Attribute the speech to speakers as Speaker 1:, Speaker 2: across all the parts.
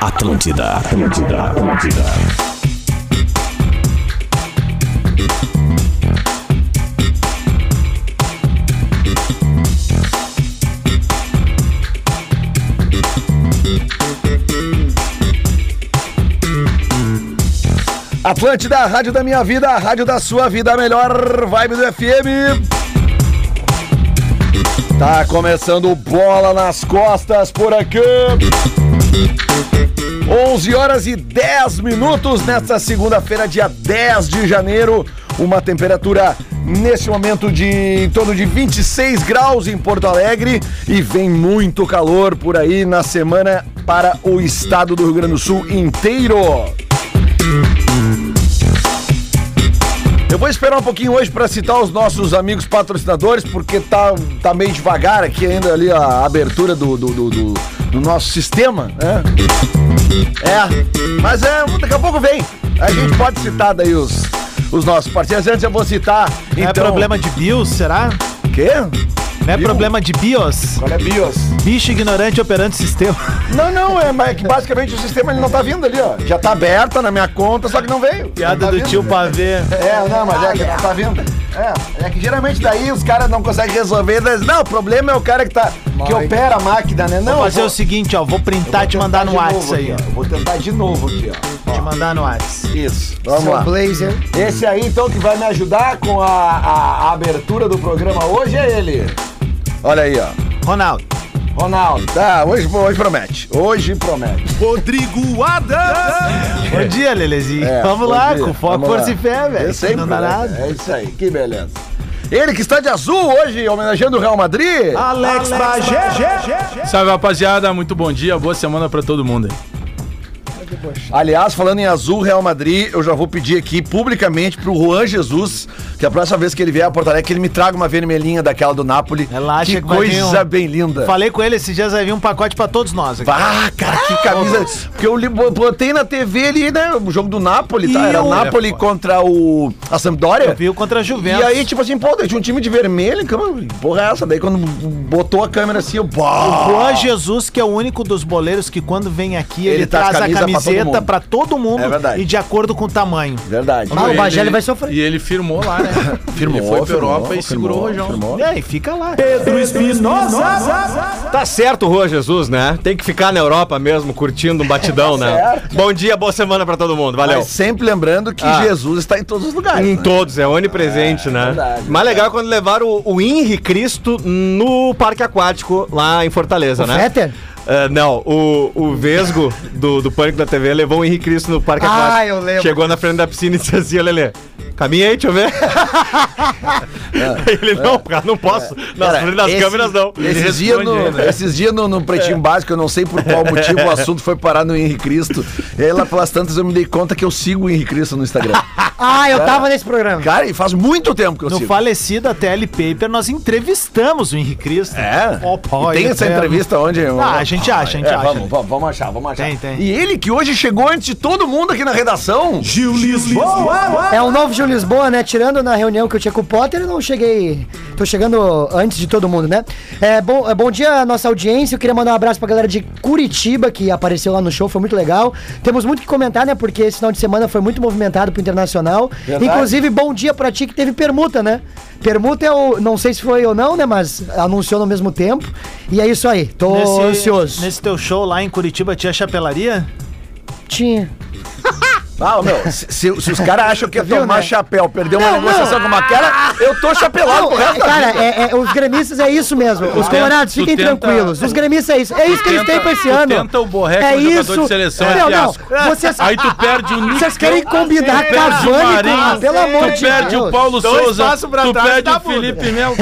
Speaker 1: Atlântida, Atlântida, Atlântida.
Speaker 2: Atlântida, a rádio da minha vida, a rádio da sua vida, a melhor vibe do
Speaker 3: é
Speaker 2: FM. Tá começando o bola nas costas por aqui. 11 horas e 10 minutos nesta segunda-feira, dia 10 de janeiro. Uma temperatura neste momento de em torno de 26 graus em Porto Alegre e vem muito calor por aí na semana para o estado do Rio Grande do Sul inteiro. Eu vou esperar um pouquinho hoje para citar os nossos amigos patrocinadores, porque tá, tá meio devagar aqui ainda ali a abertura do, do, do- do- do nosso sistema, né? É, mas é, daqui a pouco vem. A gente pode citar daí os, os nossos parceiros. Antes eu vou citar, então...
Speaker 3: É problema de BIOS, será?
Speaker 2: Quê?
Speaker 3: Não é
Speaker 2: Bio?
Speaker 3: problema de BIOS?
Speaker 2: Qual é bios?
Speaker 3: Bicho ignorante operante sistema.
Speaker 2: Não, não, é, mas é que basicamente o sistema ele não tá vindo ali, ó. Já tá aberta na minha conta, só que não veio.
Speaker 3: Piada
Speaker 2: Não tá
Speaker 3: do
Speaker 2: vindo.
Speaker 3: tio Pavê.
Speaker 2: É, não, mas é que não tá vindo. É, é que geralmente daí os caras não conseguem resolver. Mas, não, o problema é o cara que tá. que opera a máquina, né? Não,
Speaker 3: Vou fazer
Speaker 2: eu
Speaker 3: o seguinte, ó. Vou
Speaker 2: vou
Speaker 3: printar e te
Speaker 2: tentar
Speaker 3: mandar no
Speaker 2: de
Speaker 3: WhatsApp
Speaker 2: novo
Speaker 3: aí,
Speaker 2: aqui,
Speaker 3: ó.
Speaker 2: ó. Vou tentar de novo aqui, ó.
Speaker 3: Te mandar no WhatsApp.
Speaker 2: Isso, vamos lá.
Speaker 4: Blazer.
Speaker 2: Esse aí, então, que vai me ajudar com a, a- a abertura do programa hoje é ele. Olha aí, ó.
Speaker 3: Ronaldo.
Speaker 2: Ronaldo. Tá, hoje, hoje promete. Hoje promete.
Speaker 3: Rodrigo Adams. Bom dia, Lelezinho.
Speaker 2: É,
Speaker 3: vamos
Speaker 2: bom
Speaker 3: lá,
Speaker 2: dia,
Speaker 3: com foco,
Speaker 2: vamos
Speaker 3: força
Speaker 2: lá.
Speaker 3: e fé, velho.
Speaker 2: Eu sempre,
Speaker 3: Não dá
Speaker 2: né?
Speaker 3: nada.
Speaker 2: É isso aí, que beleza. Ele que está de azul hoje, homenageando o Real Madrid.
Speaker 3: Alex, Bagé.
Speaker 5: Salve rapaziada, muito bom dia, boa semana pra todo mundo. aí.
Speaker 2: Aliás, falando em azul, Real Madrid, eu já vou pedir aqui publicamente pro Juan Jesus que a próxima vez que ele vier a Porto Alegre, que ele me traga uma vermelhinha daquela do Napoli.
Speaker 3: Relaxa
Speaker 2: que,
Speaker 3: que vai vir
Speaker 2: coisa
Speaker 3: um-
Speaker 2: bem linda.
Speaker 3: Falei com ele, esses dias vai vir um pacote pra todos nós aqui.
Speaker 2: Ah, cara, que camisa. Porque eu li- botei na TV ali, né? O jogo do Napoli, tá?
Speaker 3: E
Speaker 2: Era
Speaker 3: o-
Speaker 2: Napoli contra o. a Sampdoria.
Speaker 3: Viu contra a Juventus.
Speaker 2: E aí, tipo assim, pô, tinha um time de vermelho, em cama, que porra é essa? Daí quando botou a câmera assim, eu.
Speaker 3: O Juan
Speaker 2: Bah!
Speaker 3: Jesus, que é o único dos boleiros que quando vem aqui, ele,
Speaker 2: Ele traz
Speaker 3: traz a
Speaker 2: camisa pra todo
Speaker 3: camiseta
Speaker 2: mundo.
Speaker 3: pra todo mundo,
Speaker 2: É verdade.
Speaker 3: e de acordo com o tamanho.
Speaker 2: Verdade.
Speaker 4: Ah, o Bagé ele vai sofrer.
Speaker 5: E ele firmou lá, né?
Speaker 2: Firmou,
Speaker 5: ele foi pra
Speaker 2: firmou,
Speaker 5: Europa e segurou o
Speaker 2: firmou,
Speaker 5: Rojão.
Speaker 2: firmou.
Speaker 3: E aí, fica lá.
Speaker 6: Tá certo, Rua Jesus, né? Tem que ficar na Europa mesmo, curtindo um batidão, né? Bom dia, boa semana pra todo mundo. Valeu.
Speaker 2: Mas sempre lembrando que
Speaker 6: Ah.
Speaker 2: Jesus está em todos os lugares.
Speaker 6: Em
Speaker 2: né?
Speaker 6: todos, é onipresente, né?
Speaker 2: verdade,
Speaker 6: Mais legal é quando levaram o, o Henri Cristo no Parque Aquático, lá em Fortaleza,
Speaker 4: O
Speaker 6: né?
Speaker 4: Fetter?
Speaker 6: Ah, não, o, o Vesgo do, do Pânico da TV levou o Henri Cristo no Parque
Speaker 4: Ah,
Speaker 6: Aquático.
Speaker 4: eu lembro.
Speaker 6: Chegou na frente da piscina e disse assim, "Ô, Lelê, caminha aí, deixa eu ver. Ele, não, cara, não posso. Na
Speaker 2: Cara,
Speaker 6: frente das
Speaker 2: esse-
Speaker 6: câmeras, não. Ele
Speaker 2: Esses dias no,
Speaker 6: responde, né? É.
Speaker 2: esses dias no, no Pretinho Básico, eu não sei por qual motivo o assunto foi parar no Henrique Cristo. E aí lá pelas tantas eu me dei conta que eu sigo o Henrique Cristo no Instagram.
Speaker 4: Ah, eu tava nesse programa.
Speaker 2: Cara, e faz muito tempo que eu
Speaker 3: No
Speaker 2: sigo.
Speaker 3: falecido ATL Paper, nós entrevistamos o Henrique Cristo.
Speaker 2: É?
Speaker 3: Ó, pô,
Speaker 2: E tem
Speaker 3: ele
Speaker 2: essa
Speaker 3: é-
Speaker 2: entrevista onde...
Speaker 3: Ah, a gente acha, a gente
Speaker 2: É,
Speaker 3: acha.
Speaker 2: vamos, vamos, vamos achar, vamos achar.
Speaker 3: Tem, tem.
Speaker 2: E ele que hoje chegou antes de todo mundo aqui na redação.
Speaker 4: É o novo Gil Lisboa, né? Tirando na reunião que eu tinha com o Potter, eu não cheguei. Tô chegando antes de todo mundo, né? É, bom, é, bom dia à nossa audiência. Eu queria mandar um abraço pra galera de Curitiba que apareceu lá no show, foi muito legal. Temos muito o que comentar, né? Porque esse final de semana foi muito movimentado pro internacional.
Speaker 2: Verdade.
Speaker 4: Inclusive, bom dia pra ti que teve permuta, né? Permuta é o. Não sei se foi ou não, né? Mas anunciou no mesmo tempo. E é isso aí. Tô ansioso.
Speaker 3: Nesse teu show lá em Curitiba tinha chapelaria?
Speaker 4: Tinha.
Speaker 2: Ah, meu, se, se- se os caras acham que é
Speaker 4: Viu,
Speaker 2: tomar
Speaker 4: né?
Speaker 2: chapéu, perder uma
Speaker 4: Não,
Speaker 2: negociação com uma cara, eu tô chapelado
Speaker 4: Não,
Speaker 2: pro resto da
Speaker 4: cara,
Speaker 2: vida.
Speaker 4: é- é- os gremistas é isso mesmo. Os
Speaker 5: Tu
Speaker 4: colorados,
Speaker 5: tenta-
Speaker 4: fiquem
Speaker 5: tu tenta-
Speaker 4: tranquilos. Os gremistas é isso. É isso que eles
Speaker 5: tenta-
Speaker 4: têm pra esse
Speaker 5: tu
Speaker 4: ano. É
Speaker 5: tenta o Borré como jogador de seleção, é
Speaker 4: não, não.
Speaker 5: fiasco.
Speaker 4: Vocês,
Speaker 5: Aí tu perde o Nick.
Speaker 4: vocês querem combinar
Speaker 5: perde o
Speaker 4: Cavani com... Ah,
Speaker 5: Marinho,
Speaker 4: pelo amor
Speaker 5: Tu
Speaker 4: de
Speaker 5: perde
Speaker 4: Deus.
Speaker 5: o Paulo
Speaker 6: Dois
Speaker 5: Souza,
Speaker 6: passos pra
Speaker 5: tu
Speaker 6: trás,
Speaker 5: perde
Speaker 6: tá
Speaker 5: o
Speaker 2: É
Speaker 5: Felipe Melo.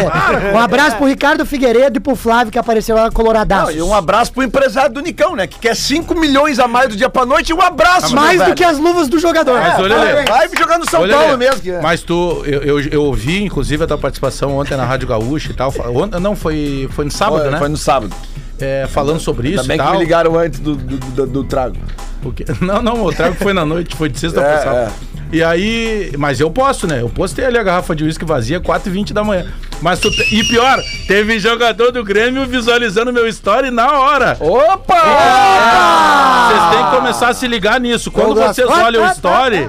Speaker 4: Um abraço pro Ricardo Figueiredo e pro Flávio que apareceu lá
Speaker 2: Não,
Speaker 4: coloradaço.
Speaker 2: e um abraço pro empresário do Nicão, né? Que quer 5 milhões a mais do dia pra noite e um abraço,
Speaker 4: Ah, Mais
Speaker 5: né,
Speaker 2: meu velho.
Speaker 4: do que as luvas do jogador.
Speaker 5: Mas, ô, Lelê,
Speaker 2: Vai, vai jogar no São
Speaker 5: Olha,
Speaker 2: Paulo
Speaker 5: Lelê,
Speaker 2: mesmo. que- é.
Speaker 5: Mas tu, eu, eu, eu ouvi, inclusive, a tua participação ontem na Rádio Gaúcha e tal. fa- Ontem, não, foi, foi no sábado, né?
Speaker 2: Foi no sábado.
Speaker 5: É, falando sobre isso
Speaker 2: Também
Speaker 5: e
Speaker 2: que
Speaker 5: tal.
Speaker 2: me ligaram antes do, do, do- do trago.
Speaker 5: O quê? Não, não, o trago foi na noite, foi de sexta
Speaker 2: É,
Speaker 5: pra sábado. E aí, mas eu posso, né? Eu postei ali a garrafa de uísque vazia 4h20 da manhã. Mas tu te- e pior, teve jogador do Grêmio visualizando meu story na hora.
Speaker 2: Opa!
Speaker 5: Vocês têm que começar a se ligar nisso. Quando
Speaker 2: Douglas.
Speaker 5: vocês olham o
Speaker 2: tá,
Speaker 5: story,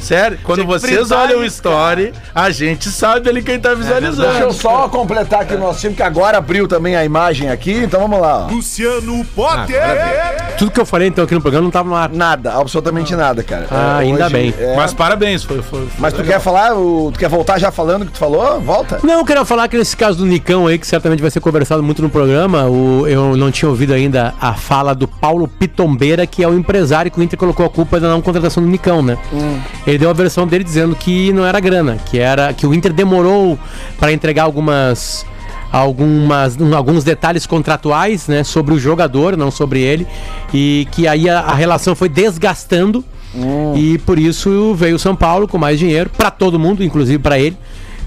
Speaker 5: sério, quando vocês
Speaker 3: printar
Speaker 5: olham o story, a gente sabe ali quem tá
Speaker 2: É, Deixa eu
Speaker 5: visualizando.
Speaker 2: só completar aqui o nosso time, que agora abriu também a imagem aqui, então vamos lá. ó.
Speaker 7: Luciano Potter.
Speaker 8: Tudo que eu falei então aqui no programa não tava no ar.
Speaker 2: Nada, absolutamente nada, cara.
Speaker 8: Ah, ainda bem.
Speaker 2: é,
Speaker 5: Mas parabéns, foi, foi, foi
Speaker 2: mas tu quer falar, o- tu quer voltar já falando o que tu falou? Volta.
Speaker 8: Não, eu queria falar que nesse caso do Nicão aí, que certamente vai ser conversado muito no programa, o- eu não tinha ouvido ainda a fala do Paulo Pitombeira, que é o empresário que o Inter colocou a culpa da não contratação do Nicão, né? Ele deu a versão dele dizendo que não era grana, que era que o Inter demorou para entregar algumas algumas um, alguns detalhes contratuais, né, sobre o jogador, não sobre ele, e que aí a, a relação foi desgastando. E por isso veio o São Paulo com mais dinheiro para todo mundo, inclusive para ele.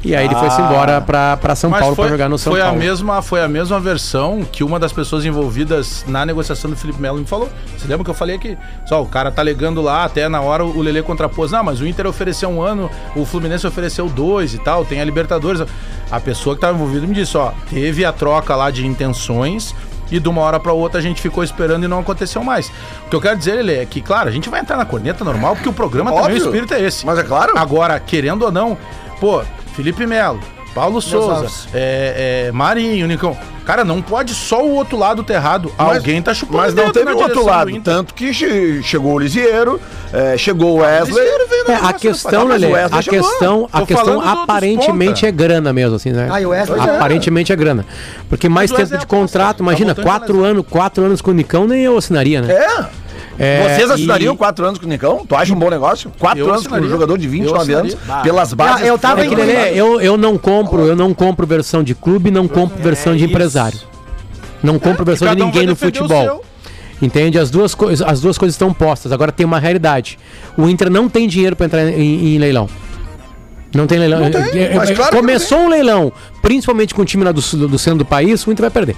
Speaker 8: E aí ele foi se embora pra, pra São Paulo pra jogar no São
Speaker 5: foi
Speaker 8: Paulo.
Speaker 5: A mesma, foi a mesma versão que uma das pessoas envolvidas na negociação do Felipe Melo me falou. Você lembra que eu falei que só o cara tá legando lá, até na hora o Lele contrapôs. Não, mas o Inter ofereceu um ano, o Fluminense ofereceu dois e tal, tem a Libertadores. A pessoa que tava envolvida me disse, ó, teve a troca lá de intenções. E de uma hora pra outra a gente ficou esperando e não aconteceu mais. O que eu quero dizer, Lele, é que, claro, a gente vai entrar na corneta normal, porque o programa também, o
Speaker 2: Óbvio.
Speaker 5: espírito é esse.
Speaker 2: Mas é claro.
Speaker 5: Agora, querendo ou não, pô, Felipe Melo, Paulo Souza,
Speaker 4: Alves.
Speaker 5: é, é, Marinho, Nicão. Cara, não pode só o outro lado ter errado. Alguém tá chupando
Speaker 2: Mas
Speaker 5: o
Speaker 2: não
Speaker 5: dedo
Speaker 2: teve
Speaker 5: na
Speaker 2: o outro
Speaker 5: direção do
Speaker 2: lado.
Speaker 5: Inter.
Speaker 2: Tanto que che- chegou o Lisieiro, eh, chegou o Wesley.
Speaker 5: Lisieiro veio na
Speaker 8: É, a
Speaker 5: negociação,
Speaker 8: questão,
Speaker 5: mas o
Speaker 8: Lelê,
Speaker 5: Wesley
Speaker 8: a
Speaker 5: chegou.
Speaker 8: questão, a
Speaker 5: Tô
Speaker 8: questão
Speaker 5: falando dos outros
Speaker 8: aparentemente
Speaker 5: ponta.
Speaker 8: é grana mesmo, assim, né?
Speaker 4: Ah, e o Wesley?
Speaker 8: Pois é. Aparentemente é grana. Porque
Speaker 5: Mas
Speaker 8: mais
Speaker 5: o
Speaker 8: tempo
Speaker 5: Wesley é
Speaker 8: de
Speaker 5: aposta,
Speaker 8: contrato,
Speaker 5: tá
Speaker 8: imagina,
Speaker 5: botando
Speaker 8: quatro
Speaker 5: ele
Speaker 8: anos, quatro anos com o Nicão, nem eu assinaria, né?
Speaker 2: É.
Speaker 8: É,
Speaker 2: Vocês assinariam
Speaker 8: e-
Speaker 2: quatro anos com o Nicão? Tu acha um bom negócio? Quatro
Speaker 5: Eu
Speaker 2: anos com
Speaker 5: assinaria.
Speaker 2: um jogador de 29
Speaker 5: Eu
Speaker 2: anos,
Speaker 5: assinaria.
Speaker 2: pelas bases.
Speaker 4: eu tava
Speaker 8: É que, Lelê, eu, eu não compro, eu não compro versão de clube, não compro versão de
Speaker 3: isso.
Speaker 8: empresário. Não compro versão de
Speaker 5: cada um
Speaker 8: ninguém
Speaker 5: vai
Speaker 8: no
Speaker 5: defender o
Speaker 8: futebol.
Speaker 5: seu.
Speaker 8: Entende? As duas, coisas- as duas coisas estão postas. Agora tem uma realidade. O Inter não tem dinheiro para entrar em, em leilão. Não tem leilão.
Speaker 2: tem,
Speaker 8: É, é,
Speaker 2: mas
Speaker 8: é,
Speaker 2: claro que
Speaker 8: Começou um leilão, principalmente com o time lá do, sul- do centro do país, o Inter vai perder.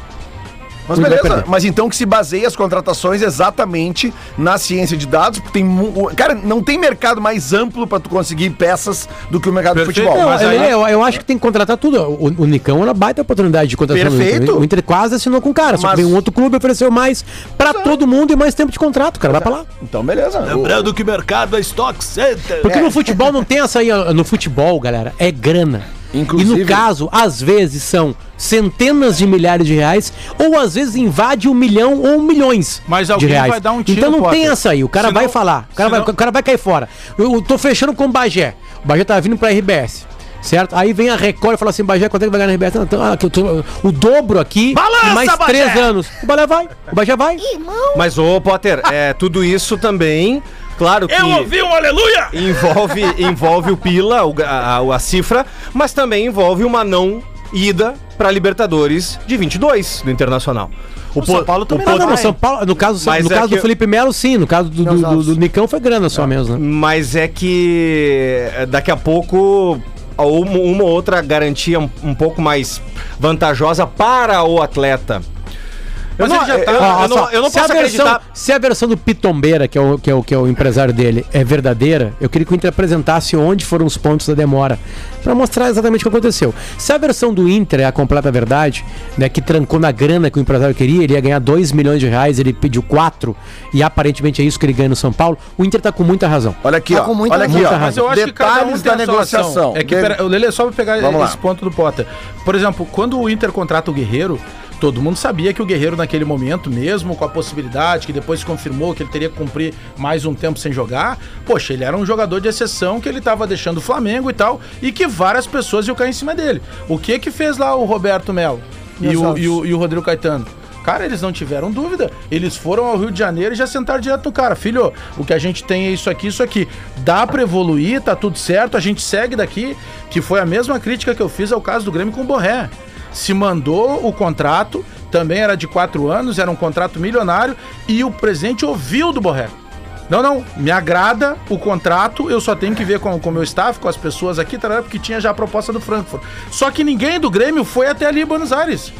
Speaker 2: Mas
Speaker 8: Ele vai
Speaker 2: beleza,
Speaker 8: perder.
Speaker 2: mas então que se baseie as contratações exatamente na ciência de dados, porque tem. mu- o- Cara, não tem mercado mais amplo pra tu conseguir peças do que o mercado
Speaker 5: Perfeito. é
Speaker 2: do futebol.
Speaker 8: Não,
Speaker 5: mas
Speaker 8: eu,
Speaker 5: aí-
Speaker 8: eu- eu acho que tem que contratar tudo. O, o Nicão era baita oportunidade de contratação. do
Speaker 2: Perfeito.
Speaker 8: Inter. O Inter quase assinou com o cara. Só
Speaker 2: Mas-
Speaker 8: que veio um outro clube ofereceu mais pra todo mundo e mais tempo de contrato. Cara, vai pra lá.
Speaker 2: Então, beleza.
Speaker 3: Lembrando que o mercado é Stock Center.
Speaker 8: Porque no futebol não tem essa aí. ó. No futebol, galera, é grana.
Speaker 2: Inclusive-
Speaker 8: E no caso, às vezes são centenas de milhares de reais, ou às vezes invade um milhão ou milhões
Speaker 5: Mas
Speaker 8: de
Speaker 5: alguém
Speaker 8: reais.
Speaker 5: vai dar um tiro,
Speaker 8: então não tem
Speaker 5: Potter.
Speaker 8: essa aí. O cara
Speaker 5: Senão-
Speaker 8: vai falar, o cara, vai,
Speaker 5: senão-
Speaker 8: o cara vai cair fora. Eu, eu tô fechando com o Bagé. O Bagé tá vindo pra RBS. Certo? Aí vem a Record e fala assim: Bagé, quanto é que vai ganhar na RBS? Não, então, ah, que eu tô- o dobro aqui,
Speaker 3: Balança,
Speaker 8: e mais
Speaker 3: Bagé!
Speaker 8: três anos. O Bagé vai, o Bagé vai.
Speaker 6: Mas, ô, Potter, é, tudo isso também, claro que...
Speaker 5: um aleluia!
Speaker 6: envolve, envolve o Pila, o, a, a- a cifra, mas também envolve uma não ida para Libertadores de 22 do Internacional. O, po-
Speaker 3: São Paulo também
Speaker 8: Ah,
Speaker 3: não
Speaker 2: tá
Speaker 8: não,
Speaker 3: vai.
Speaker 8: mas São Paulo, no caso,
Speaker 6: Mas
Speaker 8: no
Speaker 6: é
Speaker 8: caso
Speaker 6: que-
Speaker 8: do Felipe Melo, sim. No caso do, do, do- do Nicão, foi grana só mesmo, né?
Speaker 6: Mas é que eh, daqui a pouco a uma, uma ou outra garantia um, um pouco mais vantajosa para o atleta. Eu
Speaker 5: Mas
Speaker 6: não,
Speaker 5: ele já
Speaker 6: eu-
Speaker 5: tá-
Speaker 6: eu-
Speaker 8: Ó,
Speaker 6: eu
Speaker 8: é, só,
Speaker 6: não- eu não
Speaker 8: se a
Speaker 6: posso
Speaker 8: versão-
Speaker 6: acreditar.
Speaker 8: Se a versão do Pitombeira, que é, o, que, é o, que é o empresário dele, é verdadeira, eu queria que o Inter apresentasse onde foram os pontos da demora, pra mostrar exatamente o que aconteceu. Se a versão do Inter é a completa verdade, né, que trancou na grana que o empresário queria, ele ia ganhar 2 milhões de reais, ele pediu 4, e aparentemente é isso que ele ganha no São Paulo, o Inter tá com muita razão.
Speaker 2: Olha aqui,
Speaker 4: Tá
Speaker 2: ó.
Speaker 4: com muita
Speaker 2: olha aqui,
Speaker 8: razão.
Speaker 2: ó.
Speaker 5: Mas eu acho que cada um
Speaker 2: Detalhes
Speaker 5: tem
Speaker 2: da
Speaker 5: a sua ação.
Speaker 2: negociação.
Speaker 5: É que,
Speaker 2: De-
Speaker 5: pera, Lele, só pra pegar
Speaker 2: Vamos
Speaker 5: esse
Speaker 2: lá.
Speaker 5: ponto do Potter. Por exemplo, quando o Inter contrata o Guerreiro, todo mundo sabia que o Guerreiro naquele momento, mesmo com a possibilidade, que depois se confirmou que ele teria que cumprir mais um tempo sem jogar, poxa, ele era um jogador de exceção que ele tava deixando o Flamengo e tal, e que várias pessoas iam cair em cima dele. O que que fez lá o Roberto Melo e
Speaker 4: Meus
Speaker 5: o,
Speaker 4: olhos.
Speaker 5: e, o, e o Rodrigo Caetano? Cara, eles não tiveram dúvida. Eles foram ao Rio de Janeiro e já sentaram direto no cara. Filho, o que a gente tem é isso aqui, isso aqui. Dá pra evoluir, tá tudo certo, a gente segue daqui. Que foi a mesma crítica que eu fiz ao caso do Grêmio com o Borré. Se mandou o contrato, também era de quatro anos, era um contrato milionário, e o presidente ouviu do Borré. Não, não, me agrada o contrato, eu só tenho que ver com com o meu staff, com as pessoas aqui, tarará, porque tinha já a proposta do Frankfurt. Só que ninguém do Grêmio foi até ali em Buenos Aires.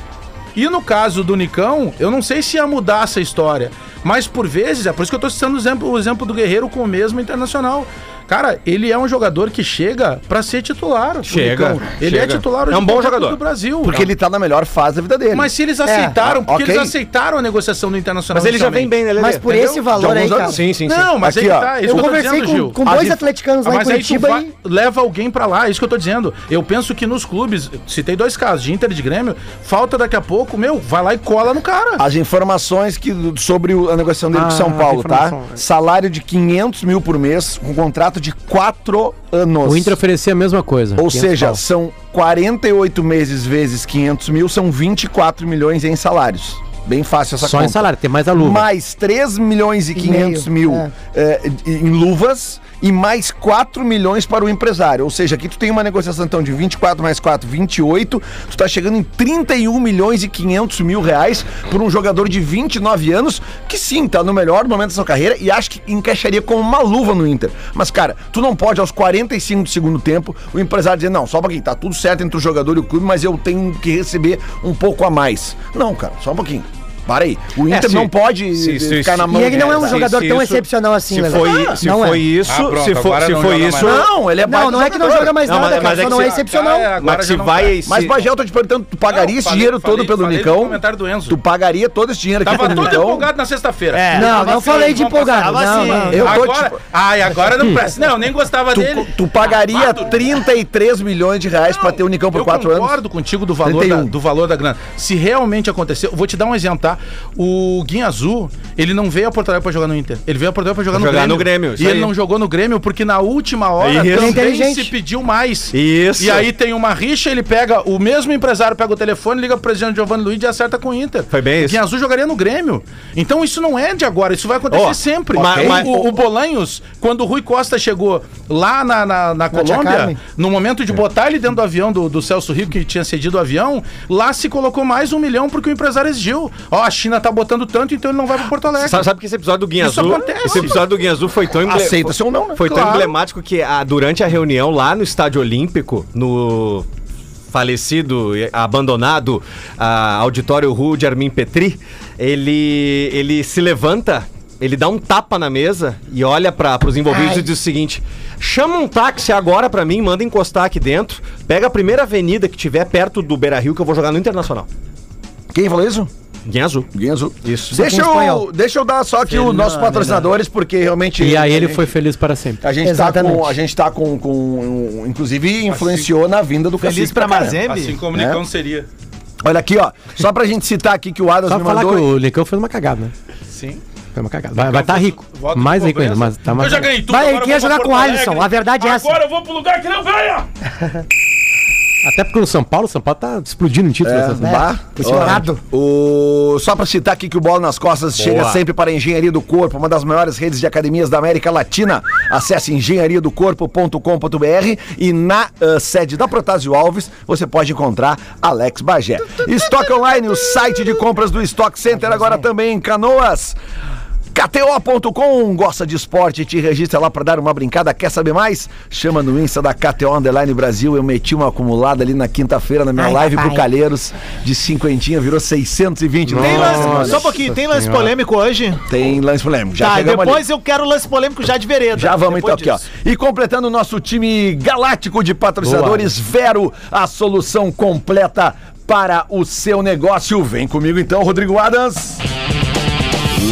Speaker 5: E no caso do Nicão, eu não sei se ia mudar essa história, mas por vezes, é por isso que eu tô citando o exemplo, o exemplo do Guerreiro com o mesmo internacional. Cara, ele é um jogador que chega pra ser titular. o
Speaker 6: Chega,
Speaker 5: Nicão. Ele é
Speaker 6: chega.
Speaker 5: titular
Speaker 6: É
Speaker 5: em
Speaker 6: um bom
Speaker 5: qualquer
Speaker 6: jogador.
Speaker 5: clube do Brasil.
Speaker 2: Porque ele tá na melhor fase da vida dele.
Speaker 5: Mas se
Speaker 4: É.
Speaker 5: eles aceitaram, porque
Speaker 2: ok.
Speaker 5: eles aceitaram a negociação do Internacional.
Speaker 6: Mas ele já vem
Speaker 5: inicialmente.
Speaker 6: bem, né, Lelê?
Speaker 4: Mas por
Speaker 5: entendeu?
Speaker 4: esse valor
Speaker 2: De
Speaker 4: aí,
Speaker 2: alguns
Speaker 4: cara.
Speaker 2: anos,
Speaker 6: Sim, sim, sim.
Speaker 5: Não, mas
Speaker 2: Aqui,
Speaker 5: ele
Speaker 2: ó,
Speaker 5: tá. é isso
Speaker 4: eu
Speaker 5: que tô
Speaker 4: conversei
Speaker 5: dizendo,
Speaker 4: com-
Speaker 5: Gil.
Speaker 4: com dois
Speaker 5: A dif-
Speaker 4: atleticanos lá
Speaker 5: Ah,
Speaker 4: em
Speaker 5: mas aí tu
Speaker 4: Curitiba
Speaker 5: vai-
Speaker 4: e-
Speaker 5: Leva alguém pra lá, é isso que eu tô dizendo. Eu penso que nos clubes, citei dois casos, de Inter e de Grêmio, falta daqui a pouco, meu, vai lá e cola no cara.
Speaker 2: As informações que, sobre o- a negociação dele com São Paulo, tá? Salário de 500 mil por mês, um contrato de 4 anos.
Speaker 8: O Inter oferecia a mesma coisa.
Speaker 2: Ou
Speaker 8: 500
Speaker 2: seja,
Speaker 8: pau.
Speaker 2: são 48 meses vezes 500 mil, são 24 milhões em salários. Bem fácil essa
Speaker 8: só
Speaker 2: conta.
Speaker 8: em salário, tem mais a luva.
Speaker 2: Mais 3 milhões e 500 mil
Speaker 4: é.
Speaker 2: eh, em luvas e mais 4 milhões para o empresário. Ou seja, aqui tu tem uma negociação então de 24 mais 4, 28. Tu tá chegando em 31 milhões e 500 mil reais por um jogador de 29 anos que sim, tá no melhor momento da sua carreira e acho que encaixaria como uma luva no Inter. Mas cara, tu não pode aos 45 do segundo tempo o empresário dizer, não, só pra quem tá tudo certo entre o jogador e o clube, mas eu tenho que receber um pouco a mais. Não, cara, só um pouquinho. Para aí. O
Speaker 4: É,
Speaker 2: Inter
Speaker 6: se-
Speaker 2: não pode
Speaker 6: se- se-
Speaker 2: ficar na
Speaker 6: se-
Speaker 2: mão
Speaker 4: E ele não é um
Speaker 2: dessa.
Speaker 4: jogador tão excepcional assim,
Speaker 6: se
Speaker 4: Lelê.
Speaker 6: foi, se
Speaker 4: não é.
Speaker 6: foi isso,
Speaker 7: Ah, pronto,
Speaker 6: se for,
Speaker 7: agora
Speaker 6: se
Speaker 7: não
Speaker 6: foi
Speaker 7: joga
Speaker 6: isso,
Speaker 7: mais.
Speaker 2: Não, ele é
Speaker 4: Não, não é que não joga mais
Speaker 6: Não,
Speaker 4: nada,
Speaker 6: mas-
Speaker 4: cara.
Speaker 6: mas é
Speaker 4: só
Speaker 6: que
Speaker 4: não é
Speaker 6: se-
Speaker 4: excepcional.
Speaker 5: Ah, é. Agora
Speaker 6: mas
Speaker 5: já
Speaker 6: se
Speaker 5: não
Speaker 6: vai, se,
Speaker 2: Mas, Bagé, eu tô te perguntando, tu pagaria
Speaker 5: Não,
Speaker 2: esse
Speaker 5: falei-
Speaker 2: dinheiro todo
Speaker 5: falei-
Speaker 2: pelo
Speaker 5: falei
Speaker 2: Nicão?
Speaker 5: no comentário do Enzo.
Speaker 2: Tu pagaria todo esse dinheiro
Speaker 5: Tava todo
Speaker 2: Nicão?
Speaker 5: empolgado na sexta-feira.
Speaker 3: É.
Speaker 4: Não, não
Speaker 3: Tava assim,
Speaker 4: falei de
Speaker 3: vamos passar.
Speaker 4: empolgado.
Speaker 3: Tava
Speaker 4: Não,
Speaker 3: assim.
Speaker 4: não.
Speaker 2: Eu tô,
Speaker 5: agora,
Speaker 2: tipo-
Speaker 5: Ai, agora não presta. Não, eu nem gostava
Speaker 2: Tu,
Speaker 5: dele.
Speaker 2: tu pagaria 33 milhões de reais pra ter o Nicão Então, por 4
Speaker 5: Eu
Speaker 2: anos?
Speaker 5: concordo contigo do valor, da,
Speaker 2: 31.
Speaker 5: do valor da grana. Se realmente aconteceu, vou te dar um exemplo, tá? O Guinha Azul, ele não veio a Porto Alegre pra jogar no Inter. Ele veio a Porto Alegre pra jogar,
Speaker 6: Pra
Speaker 5: no,
Speaker 6: jogar
Speaker 5: Grêmio.
Speaker 6: no Grêmio, isso
Speaker 5: E ele
Speaker 6: aí.
Speaker 5: não jogou no Grêmio porque na última hora
Speaker 6: Isso.
Speaker 5: também
Speaker 4: Inteligente.
Speaker 5: se pediu mais.
Speaker 6: Isso.
Speaker 5: E aí tem uma rixa, ele pega, o mesmo empresário pega o telefone, liga pro presidente Giovanni Luiz e acerta com o Inter.
Speaker 6: Foi bem
Speaker 5: O
Speaker 6: isso.
Speaker 5: Guinha Azul jogaria no Grêmio. Então isso não é de agora, isso vai acontecer
Speaker 6: Ó,
Speaker 5: sempre.
Speaker 6: ma-
Speaker 5: O-
Speaker 6: ma-
Speaker 5: o, o Bolanhos, quando o Rui Costa chegou lá na, na, na Colômbia,
Speaker 4: Carmen.
Speaker 5: no momento de botar ele dentro do avião do, do Celso Rico, que tinha cedido o avião, lá se colocou mais um milhão porque o empresário exigiu. Ó, a China tá botando tanto, então ele não vai pra Porto Alegre.
Speaker 6: Sabe, sabe que esse episódio do Guinha
Speaker 5: Isso
Speaker 6: Azul,
Speaker 5: acontece.
Speaker 6: esse episódio do Guinha Azul foi tão emble-
Speaker 2: Aceita-se ou não, né?
Speaker 6: Foi
Speaker 5: Claro.
Speaker 6: tão emblemático que a- durante a reunião lá no Estádio Olímpico, no falecido, e abandonado a- auditório Rua de Armin Petri, ele, ele se levanta, ele dá um tapa na mesa e olha para os envolvidos
Speaker 4: Ai.
Speaker 6: e diz o seguinte: chama um táxi agora para mim, manda encostar aqui dentro, pega a primeira avenida que tiver perto do Beira Rio que eu vou jogar no Internacional.
Speaker 2: Quem falou isso?
Speaker 6: Guinha Azul.
Speaker 2: Guinha Azul. Isso.
Speaker 4: Só
Speaker 2: Deixa
Speaker 4: com espanhol.
Speaker 2: eu, deixa eu dar só aqui os nossos patrocinadores, porque realmente...
Speaker 8: E aí ele
Speaker 2: a
Speaker 8: foi feliz para sempre.
Speaker 2: gente- A gente tá
Speaker 4: Exatamente.
Speaker 2: com... A gente tá com... com- inclusive,
Speaker 5: Assim.
Speaker 2: influenciou na vinda do
Speaker 3: Feliz
Speaker 2: Cacique
Speaker 3: pra
Speaker 2: caramba.
Speaker 3: Mazembe?
Speaker 7: Assim como o Nicão seria.
Speaker 2: Olha aqui, ó. Só pra gente citar aqui que o Adams
Speaker 8: Só
Speaker 2: me
Speaker 8: pra falar
Speaker 2: mandou...
Speaker 8: que o Nicão fez uma cagada, né?
Speaker 7: Sim.
Speaker 8: Foi uma cagada. Vai
Speaker 4: tá
Speaker 8: estar rico.
Speaker 7: Voto
Speaker 8: Mais
Speaker 7: de
Speaker 8: rico ainda,
Speaker 7: pobreza.
Speaker 8: mas tá mais.
Speaker 7: Eu já ganhei tudo.
Speaker 4: Vai,
Speaker 7: agora eu
Speaker 4: quem ia
Speaker 7: vou pra
Speaker 4: jogar
Speaker 7: Porto
Speaker 4: com o
Speaker 7: Alegre.
Speaker 4: Alisson? A verdade é essa.
Speaker 7: Agora eu vou pro lugar que não ganha!
Speaker 8: Até porque no São Paulo, o São Paulo tá explodindo em títulos.
Speaker 2: É,
Speaker 8: essa semana.
Speaker 2: bah.
Speaker 4: Colorado.
Speaker 2: Ó, o- Só pra citar aqui que o Bola nas Costas chega sempre para a Engenharia do Corpo, uma das maiores redes de academias da América Latina. Acesse engenhariadocorpo.com.br e na ah, sede da Protásio Alves você pode encontrar Alex Bagé. Estoque Online, o site de compras do Stock Center, agora também em Canoas. KTO.com, gosta de esporte, te registra lá pra dar uma brincada, quer saber mais? Chama no Insta da KTO Underline Brasil, eu meti uma acumulada ali na quinta-feira na minha
Speaker 4: Ai,
Speaker 2: live pro
Speaker 4: papai.
Speaker 2: Calheiros, de cinquentinha, virou 620.
Speaker 3: Tem lance-
Speaker 2: Nossa.
Speaker 3: só um pouquinho, tem lance polêmico hoje?
Speaker 2: Tem lance polêmico, já
Speaker 3: tá, e
Speaker 2: chegamos ali.
Speaker 3: depois eu quero lance polêmico já de vereda.
Speaker 2: Já vamos
Speaker 3: Depois
Speaker 2: então
Speaker 3: disso.
Speaker 2: aqui, ó. E completando o nosso time galáctico de patrocinadores, Vero, a solução completa para o seu negócio. Vem comigo então, Rodrigo Adams.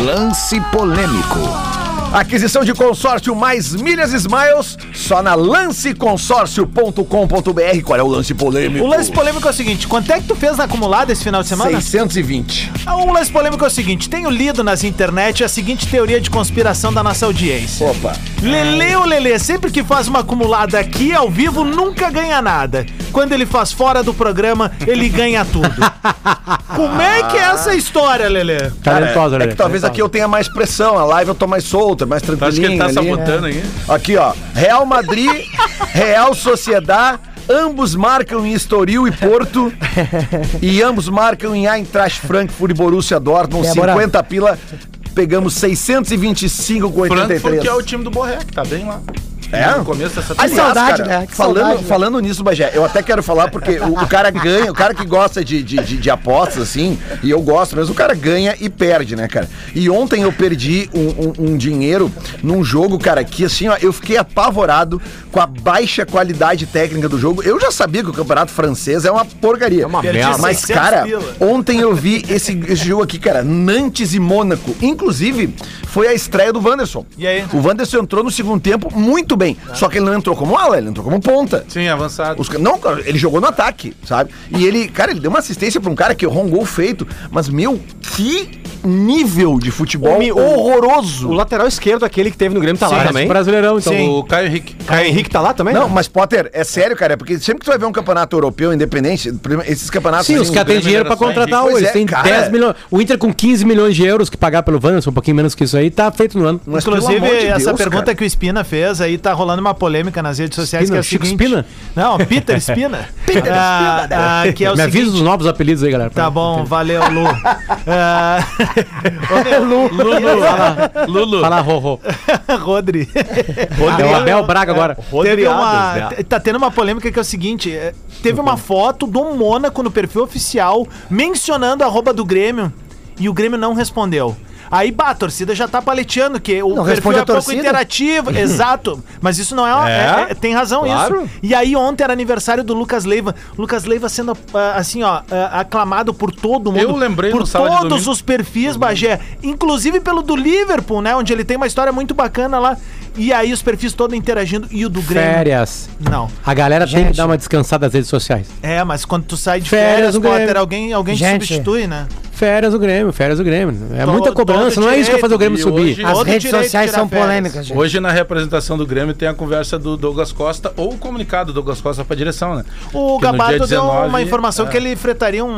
Speaker 2: Lance polêmico. Aquisição de consórcio mais milhas e smiles só na lanceconsórcio.com.br. Qual é o lance polêmico?
Speaker 3: O lance polêmico é o seguinte: quanto é que tu fez na acumulada esse final de semana?
Speaker 2: 620.
Speaker 3: Ah, Um lance polêmico é o seguinte: tenho lido nas internet a seguinte teoria de conspiração da nossa audiência.
Speaker 2: Opa.
Speaker 3: Lele, o Lele, sempre que faz uma acumulada aqui ao vivo, nunca ganha nada. Quando ele faz fora do programa, ele ganha tudo. Como é que é essa história, Lele?
Speaker 8: Talentosa,
Speaker 2: É
Speaker 8: né?
Speaker 2: que talvez aqui eu tenha mais pressão, a live eu tô mais solta, mais tranquilinho.
Speaker 7: Acho que ele tá
Speaker 2: ali. É.
Speaker 7: sabotando aqui.
Speaker 2: Aqui, ó. Real Madrid, Real Sociedad. Ambos marcam em Estoril e Porto. e ambos marcam em Eintracht Frankfurt e Borussia Dortmund.
Speaker 4: Débora.
Speaker 2: 50 pila. Pegamos 625 com
Speaker 5: Frankfurt,
Speaker 2: 83.
Speaker 7: é
Speaker 5: que é o time do Borré, que tá bem lá.
Speaker 2: É?
Speaker 5: No começo dessa
Speaker 4: Ai,
Speaker 5: temporada.
Speaker 2: Aliás,
Speaker 4: saudade,
Speaker 2: cara,
Speaker 4: né? Que
Speaker 2: falando,
Speaker 4: saudade, né?
Speaker 2: falando nisso, Bagé, eu até quero falar porque o, o cara ganha, o cara que gosta de, de, de- de apostas, assim, e eu gosto mesmo, o cara ganha e perde, né, cara? E ontem eu perdi um, um- um dinheiro num jogo, cara, que assim, ó, eu fiquei apavorado com a baixa qualidade técnica do jogo. Eu já sabia que o campeonato francês é uma porcaria. É uma
Speaker 6: merda.
Speaker 2: Mas,
Speaker 3: 600
Speaker 2: cara,
Speaker 3: pila.
Speaker 2: Ontem eu vi esse, esse jogo aqui, cara, Nantes e Mônaco. Inclusive, foi a estreia do Wanderson.
Speaker 3: E aí?
Speaker 2: O Wanderson entrou no segundo tempo muito bem. Só que ele não entrou como ala, ele entrou como ponta.
Speaker 5: Sim, avançado.
Speaker 2: Os ca- não, cara, ele jogou no ataque, sabe? E ele, cara, ele deu uma assistência pra um cara que errou um gol feito. Mas, meu, que nível de futebol
Speaker 6: O mi- o-
Speaker 2: horroroso.
Speaker 6: O lateral esquerdo, aquele que teve no Grêmio, tá lá
Speaker 8: Parece
Speaker 6: também.
Speaker 8: Brasileirão, então.
Speaker 5: O Caio Henrique.
Speaker 6: Caio Henrique tá lá também?
Speaker 2: Não, mas Potter, é sério, cara, é porque sempre que tu vai ver um campeonato europeu independente, esses campeonatos.
Speaker 8: Sim, os
Speaker 2: assim,
Speaker 8: caras têm
Speaker 5: Grêmio
Speaker 8: dinheiro pra
Speaker 5: era só
Speaker 8: contratar
Speaker 2: Henrique.
Speaker 8: hoje.
Speaker 2: Pois é,
Speaker 8: tem
Speaker 2: cara.
Speaker 8: 10 milhões. O Inter com 15 milhões de euros que pagar pelo Wanderson, um pouquinho menos que isso aí, tá feito no ano.
Speaker 2: Mas, pelo
Speaker 3: Inclusive,
Speaker 2: amor de
Speaker 3: essa
Speaker 2: Deus,
Speaker 3: pergunta
Speaker 2: cara.
Speaker 3: que o Spina fez, aí tá rolando uma polêmica nas redes sociais que
Speaker 8: Spina?
Speaker 3: é o
Speaker 8: Chico
Speaker 3: seguinte...
Speaker 8: Spina?
Speaker 3: Não, Peter Spina. Peter Spina. que é o
Speaker 8: Me avisa
Speaker 3: seguinte...
Speaker 8: dos novos apelidos aí, galera.
Speaker 3: Tá bom, valeu, Lu. Ah,
Speaker 8: Lu. Lulu. Fala,
Speaker 7: Lulu.
Speaker 8: fala Rorô.
Speaker 3: Rodri.
Speaker 8: É o Abel Braga agora.
Speaker 3: Teve uma,
Speaker 6: Rodriadas,
Speaker 3: te- tá tendo uma polêmica que é o seguinte: é, teve uma foto do Mônaco no perfil oficial mencionando a arroba do Grêmio e o Grêmio não respondeu. Aí, bah, a torcida já tá paleteando, que o
Speaker 4: Não
Speaker 3: perfil
Speaker 4: responde
Speaker 3: é
Speaker 4: a
Speaker 3: pouco
Speaker 4: torcida?
Speaker 3: interativo. Exato. Mas isso não é, uma-
Speaker 6: É?
Speaker 3: é- é- Tem razão
Speaker 6: Claro.
Speaker 3: isso. E aí, ontem era aniversário do Lucas Leiva. Lucas Leiva sendo, ah, assim, ó, ah, aclamado por todo mundo.
Speaker 5: Eu lembrei
Speaker 3: Por
Speaker 5: no Sala de
Speaker 3: todos
Speaker 5: Domingo.
Speaker 3: os perfis, Bagé. Inclusive pelo do Liverpool, né? Onde ele tem uma história muito bacana lá. E aí, os perfis todos interagindo. E o do Grêmio.
Speaker 8: Férias.
Speaker 3: Não.
Speaker 8: A galera tem
Speaker 4: Gente.
Speaker 8: que dar uma descansada nas redes sociais.
Speaker 3: É, mas quando tu sai de
Speaker 8: Férias
Speaker 3: férias,
Speaker 8: no
Speaker 3: Potter,
Speaker 8: Grêmio.
Speaker 3: alguém, alguém te
Speaker 4: Gente.
Speaker 3: substitui, né?
Speaker 8: Férias do Grêmio, férias do Grêmio. É
Speaker 3: Todo-
Speaker 8: muita cobrança,
Speaker 3: todo
Speaker 8: não é isso que vai fazer o Grêmio
Speaker 5: direito.
Speaker 8: subir.
Speaker 5: E hoje-
Speaker 4: As
Speaker 3: Todo
Speaker 4: redes
Speaker 3: direito de
Speaker 4: sociais
Speaker 3: tirar
Speaker 4: são
Speaker 3: férias.
Speaker 4: polêmicas, gente.
Speaker 5: Hoje na representação do Grêmio tem a conversa do Douglas Costa ou o comunicado do Douglas Costa pra direção, né?
Speaker 3: O
Speaker 5: Que no
Speaker 3: Gabardo
Speaker 5: dia
Speaker 3: deu
Speaker 5: 19,
Speaker 3: uma informação
Speaker 5: é.
Speaker 3: que ele fretaria um,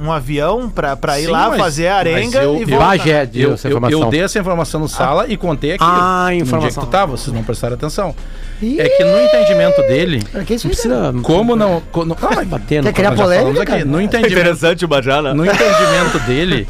Speaker 3: um avião pra, pra ir
Speaker 5: Sim,
Speaker 3: lá
Speaker 5: mas-
Speaker 3: fazer a
Speaker 5: mas
Speaker 3: arenga
Speaker 5: eu-
Speaker 3: e
Speaker 5: eu-
Speaker 3: voltar.
Speaker 8: Bagé É, deu
Speaker 5: Eu,
Speaker 8: essa
Speaker 5: eu-
Speaker 8: informação.
Speaker 5: eu dei essa informação no sala e contei aqui.
Speaker 8: Ah,
Speaker 5: no dia
Speaker 8: informação.
Speaker 5: que tu tava, vocês não prestaram atenção. É que no entendimento dele,
Speaker 4: Pra que isso
Speaker 8: Não precisa
Speaker 5: como não. co- não calma aí.
Speaker 8: bater no
Speaker 4: Quer criar
Speaker 5: Nós já falamos
Speaker 4: polêmica,
Speaker 5: aqui,
Speaker 4: cara?
Speaker 5: No entendimento
Speaker 6: Interessante o né? Bajala.
Speaker 5: No entendimento dele,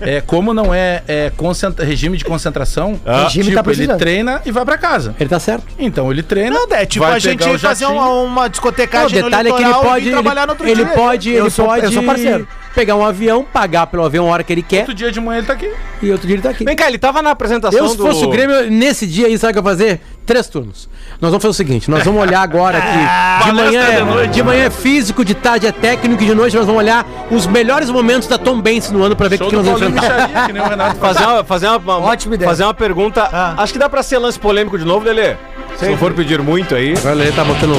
Speaker 5: é, como não é, é concentra- regime de concentração,
Speaker 4: Regime tá
Speaker 5: tipo, ele
Speaker 4: precisando.
Speaker 5: treina e vai pra casa.
Speaker 8: Ele tá certo.
Speaker 5: Então ele treina.
Speaker 3: Não, é tipo
Speaker 5: vai
Speaker 3: a gente
Speaker 5: pegar o
Speaker 3: ir fazer
Speaker 5: jatinho.
Speaker 3: uma, uma
Speaker 8: Não, o
Speaker 3: discotecagem
Speaker 8: detalhe é que ele
Speaker 3: litoral
Speaker 8: pode.
Speaker 3: e vir
Speaker 8: Ele,
Speaker 3: trabalhar no outro
Speaker 8: ele
Speaker 3: dia.
Speaker 8: pode,
Speaker 4: Eu
Speaker 8: ele
Speaker 4: sou-
Speaker 8: pode
Speaker 4: eu sou parceiro.
Speaker 8: pegar um avião, pagar pelo avião a hora que ele quer
Speaker 5: Outro dia de manhã ele tá aqui.
Speaker 8: e outro dia ele tá aqui.
Speaker 6: Vem cá, ele tava na apresentação
Speaker 8: Eu, se fosse o Grêmio, nesse dia aí, sabe o que eu vou fazer? Três turnos. Nós vamos fazer o seguinte, nós vamos olhar agora aqui. De manhã, é, de manhã é físico, de tarde é técnico e de noite nós vamos olhar os melhores momentos da Tom Benz no ano pra ver o
Speaker 5: Show
Speaker 8: que, que
Speaker 5: do
Speaker 8: nós vamos
Speaker 5: Paulinho
Speaker 8: enfrentar.
Speaker 5: Micharia, que nem o Renato faz.
Speaker 6: Fazer uma, fazer uma, uma-
Speaker 4: Ótima ideia.
Speaker 6: Fazer uma pergunta. Acho que dá pra ser lance polêmico de novo, Lelê. Se não for pedir muito aí.
Speaker 8: Agora ele tá botando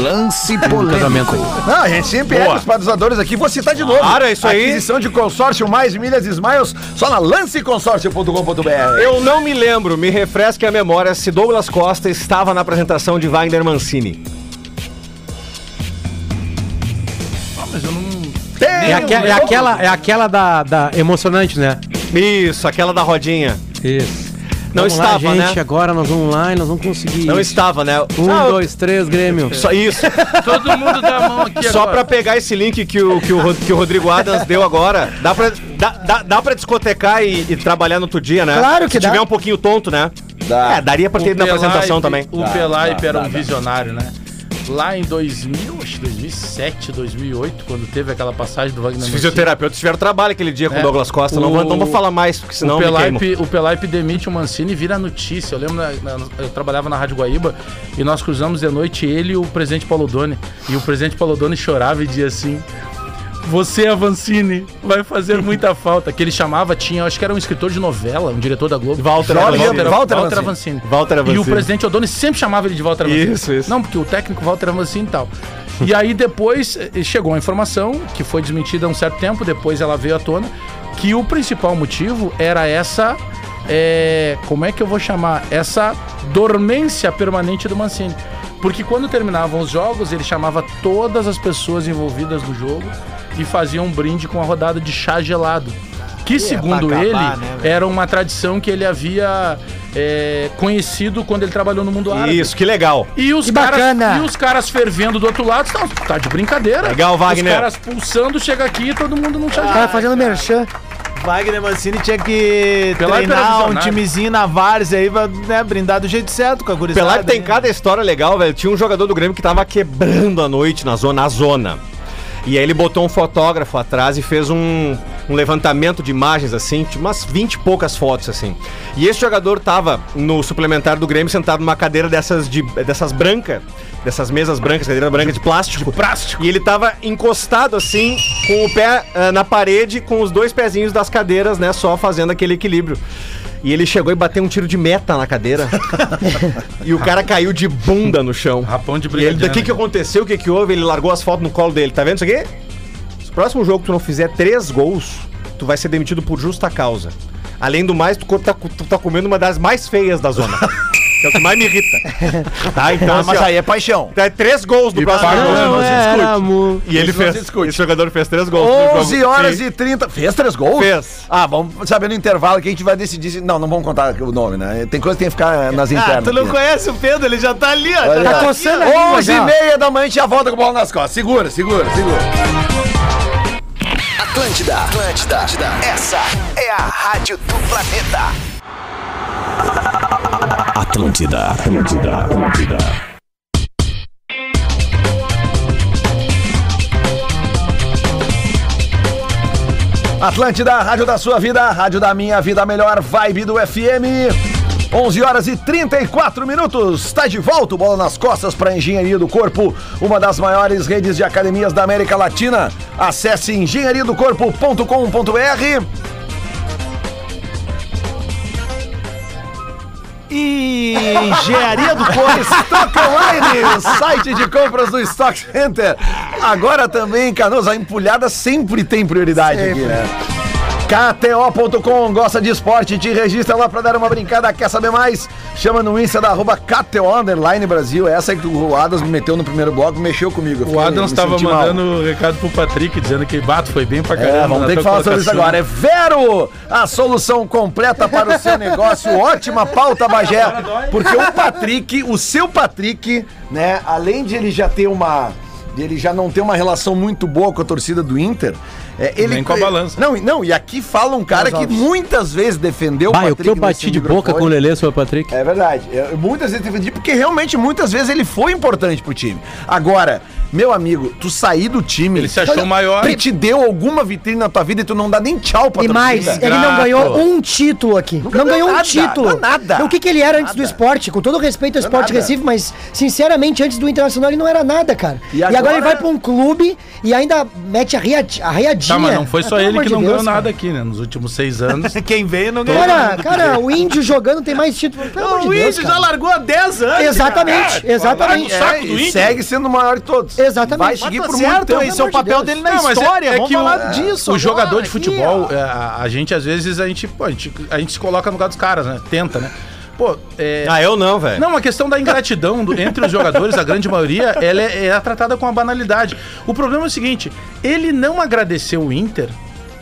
Speaker 2: Lance
Speaker 8: um casamento aí.
Speaker 2: Não, a gente sempre é os patrocinadores aqui. Vou citar de novo.
Speaker 6: Claro, é isso aí.
Speaker 2: Aquisição de consórcio mais milhas e smiles só na lanceconsórcio.com.br.
Speaker 6: Eu não me lembro, me refresque a memória se Douglas Costa estava na apresentação de Wagner Mancini.
Speaker 2: um
Speaker 8: É, aque- é aquela, é aquela da, da emocionante, né?
Speaker 6: Isso, aquela da rodinha.
Speaker 8: Isso.
Speaker 6: Não
Speaker 8: Vamos lá,
Speaker 6: estava,
Speaker 8: gente,
Speaker 6: né?
Speaker 8: agora nós vamos lá e nós vamos conseguir.
Speaker 6: Não
Speaker 8: isso.
Speaker 6: estava, né?
Speaker 8: Um,
Speaker 6: Ah,
Speaker 8: dois, três, Grêmio.
Speaker 6: Só isso.
Speaker 5: Todo mundo dá a mão aqui
Speaker 6: Só pra
Speaker 5: agora.
Speaker 6: pegar esse link que o, que o, Ro- que o Rodrigo Adams deu agora, dá pra, dá, dá, dá pra discotecar e, e trabalhar no outro dia, né?
Speaker 4: Claro que
Speaker 6: Se
Speaker 4: dá.
Speaker 6: tiver um pouquinho tonto, né?
Speaker 2: Dá.
Speaker 6: É, daria pra ter
Speaker 5: O
Speaker 6: ido na apresentação
Speaker 5: Pelaipe-
Speaker 6: também.
Speaker 5: O Pelaipe era um visionário, né? Lá em 2000, acho que 2007, 2008, quando teve aquela passagem do Wagner
Speaker 6: Os
Speaker 5: Mancini.
Speaker 6: fisioterapeutas tiveram trabalho aquele dia com o
Speaker 5: É.
Speaker 6: Douglas Costa. Não,
Speaker 5: O-
Speaker 6: vou, não vou falar mais, porque senão
Speaker 5: o
Speaker 6: me queimo.
Speaker 5: Pelaipe, o Pelaipe demite o Mancini e vira notícia. Eu lembro, na- na- eu trabalhava na Rádio Guaíba e nós cruzamos de noite ele e o presidente Paulo Doni. E o presidente Paulo Doni chorava e dizia assim: Você, Avancini, vai fazer muita falta. Que ele chamava, tinha, acho que era um escritor de novela, um diretor da Globo. Walter
Speaker 2: Jorge-
Speaker 5: Walter,
Speaker 2: Walter
Speaker 5: Walter,
Speaker 2: Avancini.
Speaker 5: Avancini.
Speaker 6: Walter
Speaker 5: E o
Speaker 6: Avancini.
Speaker 5: presidente Odoni sempre chamava ele de Walter Avancini.
Speaker 6: Isso, isso.
Speaker 5: Não, porque o técnico Walter Avancini e tal. E aí depois eh, chegou a informação, que foi desmentida há um certo tempo, depois ela veio à tona, que o principal motivo era essa. eh, como é que eu vou chamar? Essa dormência permanente do Mancini. Porque quando terminavam os jogos, ele chamava todas as pessoas envolvidas no jogo e fazia um brinde com a rodada de chá gelado. Que, segundo
Speaker 3: acabar,
Speaker 5: ele, é,
Speaker 3: né, velho?
Speaker 5: era uma tradição que ele havia eh, conhecido quando ele trabalhou no mundo árabe.
Speaker 6: Isso, que legal.
Speaker 5: E os,
Speaker 4: Que
Speaker 5: caras,
Speaker 4: bacana.
Speaker 5: e os caras fervendo do outro lado, não, tá de brincadeira.
Speaker 6: Legal, Wagner.
Speaker 5: Os caras pulsando, chega aqui e todo mundo não tinha
Speaker 4: O cara fazendo merchan.
Speaker 3: Wagner Mancini tinha que
Speaker 5: Pelado e
Speaker 3: treinar um
Speaker 5: televisionado.
Speaker 3: timezinho na várzea aí pra né, brindar do jeito certo com a gurizada.
Speaker 6: Pelado tem
Speaker 3: né?
Speaker 6: cada história legal, velho. Tinha um jogador do Grêmio que tava quebrando a noite na zona, a zona. E aí ele botou um fotógrafo atrás e fez um, um levantamento de imagens, assim, tinha umas 20 e poucas fotos, assim. E esse jogador tava no suplementar do Grêmio sentado numa cadeira dessas, de, dessas brancas, dessas mesas brancas, cadeira branca de plástico. E ele tava encostado, assim, com o pé ah, na parede, com os dois pezinhos das cadeiras, né, só fazendo aquele equilíbrio. E ele chegou e bateu um tiro de meta na cadeira. E o cara caiu de bunda no chão.
Speaker 7: Rapão de
Speaker 6: E ele,
Speaker 7: brigadiano,
Speaker 6: daqui que
Speaker 7: cara.
Speaker 6: aconteceu, o que que houve? Ele largou as fotos no colo dele, tá vendo isso aqui? Se o próximo jogo tu não fizer três gols, tu vai ser demitido por justa causa. Além do mais, tu co- tá, co- tu tá comendo uma das mais feias da zona. Que é o que mais me irrita. Tá, então
Speaker 2: Ah,
Speaker 6: assim,
Speaker 2: mas
Speaker 6: ó,
Speaker 2: aí é paixão.
Speaker 6: tá três gols do próximo
Speaker 5: pagou,
Speaker 6: jogo.
Speaker 5: não
Speaker 6: Não
Speaker 5: se
Speaker 6: é,
Speaker 5: discute.
Speaker 6: amor. E ele
Speaker 5: Isso não
Speaker 6: fez.
Speaker 5: se discute.
Speaker 6: Esse jogador fez três gols.
Speaker 3: um
Speaker 6: no jogo.
Speaker 2: 11 horas
Speaker 6: Sim.
Speaker 2: e 30. Fez três gols?
Speaker 6: Fez.
Speaker 2: Ah, vamos saber no intervalo que a gente vai decidir. se- Não, não vamos contar o nome, né? Tem coisa que tem que ficar nas
Speaker 3: Ah,
Speaker 2: internas.
Speaker 3: tu não
Speaker 2: aqui.
Speaker 3: conhece o Pedro, ele já tá ali, ó.
Speaker 2: Olha
Speaker 3: já
Speaker 2: lá.
Speaker 3: tá
Speaker 4: coçando a
Speaker 3: aqui, ó.
Speaker 4: língua
Speaker 2: 11 e meia da manhã a gente já volta com bola nas costas. Segura, segura, segura.
Speaker 9: Atlântida, Atlântida, Atlântida. Essa é a rádio do planeta.
Speaker 1: Atlântida, Atlântida, Atlântida.
Speaker 2: Atlântida, a rádio da sua vida, a rádio da minha vida, a melhor vibe do FM. 11 horas e 34 minutos. Está de volta o Bola nas Costas para a Engenharia do Corpo, uma das maiores redes de academias da América Latina. Acesse engenhariadocorpo.com.br.
Speaker 3: E engenharia do
Speaker 2: Corpo Stock Online, o site de compras do Stock Center. Agora também, Canoas, a empulhada sempre tem prioridade aqui, né? KTO.com, gosta de esporte, te registra lá pra dar uma brincada, quer saber mais? Chama no Insta da arroba KTO Underline Brasil, essa aí que o Adams me meteu no primeiro bloco, mexeu comigo. eu
Speaker 5: O
Speaker 2: fiquei-
Speaker 5: Adams
Speaker 2: me
Speaker 5: tava
Speaker 2: senti mal.
Speaker 5: mandando recado pro Patrick, dizendo que bato foi bem pra caramba. né?
Speaker 2: É, vamos
Speaker 5: na
Speaker 2: ter que
Speaker 5: tua
Speaker 2: falar sobre isso
Speaker 5: colocação.
Speaker 2: agora. É Vero, a solução completa para o seu negócio. Ótima pauta, Bagé. Porque o Patrick, o seu Patrick, né, além de ele já ter uma. de Ele já não ter uma relação muito boa com a torcida do Inter. é, ele,
Speaker 5: Nem com a balança.
Speaker 2: Não, não, e aqui fala um cara que muitas vezes defendeu
Speaker 8: Bah, o que eu
Speaker 2: nesse
Speaker 8: bati de boca
Speaker 2: microfone.
Speaker 8: com o Lelê sobre o Patrick?
Speaker 2: É verdade. Eu- muitas vezes defendi, porque realmente muitas vezes ele foi importante pro time. Agora, meu amigo, tu sair do time.
Speaker 5: Ele se achou
Speaker 2: Olha,
Speaker 5: maior.
Speaker 2: Ele te deu alguma vitrine na tua vida e tu não dá nem tchau pra
Speaker 4: E
Speaker 2: torcida.
Speaker 4: mais, ele não
Speaker 5: Grato.
Speaker 4: ganhou um título aqui. não
Speaker 2: ganhou
Speaker 4: ganhou um
Speaker 2: nada,
Speaker 4: título.
Speaker 2: não é nada.
Speaker 4: Então, o que, que ele era antes do esporte? Com todo o respeito ao
Speaker 2: Não é
Speaker 4: esporte
Speaker 2: nada.
Speaker 4: Recife, mas sinceramente, antes do Internacional ele não era nada, cara.
Speaker 2: E
Speaker 4: E,
Speaker 2: agora
Speaker 4: agora ele vai pra um clube e ainda mete a, rea, a readinha.
Speaker 5: Tá, mas não foi
Speaker 4: Ah,
Speaker 5: só
Speaker 4: pelo
Speaker 5: ele
Speaker 4: amor
Speaker 5: que
Speaker 4: de
Speaker 5: não
Speaker 4: Deus,
Speaker 5: ganhou
Speaker 4: cara.
Speaker 5: nada aqui, né? Nos últimos seis anos.
Speaker 3: Quem veio não ganhou.
Speaker 4: Cara, cara, o índio jogando tem mais título. Pelo amor de
Speaker 3: o
Speaker 4: Deus,
Speaker 3: Índio já
Speaker 4: cara.
Speaker 3: largou há 10 anos.
Speaker 4: Exatamente, exatamente.
Speaker 2: É, e segue sendo o maior de todos.
Speaker 4: Exatamente.
Speaker 2: Vai
Speaker 4: Mas
Speaker 2: seguir
Speaker 3: tá
Speaker 2: por muito
Speaker 3: certo,
Speaker 2: tempo.
Speaker 3: esse é o
Speaker 4: pelo amor de
Speaker 3: papel
Speaker 4: Deus.
Speaker 3: dele na
Speaker 5: Não, mas é-
Speaker 3: história.
Speaker 5: é
Speaker 3: Vamos
Speaker 5: que
Speaker 3: falar
Speaker 5: o-
Speaker 3: disso.
Speaker 5: O
Speaker 3: agora,
Speaker 5: jogador de
Speaker 3: aqui,
Speaker 5: futebol,
Speaker 3: ó.
Speaker 5: é, a, a gente às vezes a gente, pô, a gente, a gente se coloca no lugar dos caras, né? Tenta, né? Pô, é.
Speaker 6: Ah, eu não, velho.
Speaker 5: Não, a questão da ingratidão do- entre os jogadores, a grande maioria, ela é, é tratada com a banalidade. O problema é o seguinte: ele não agradeceu o Inter.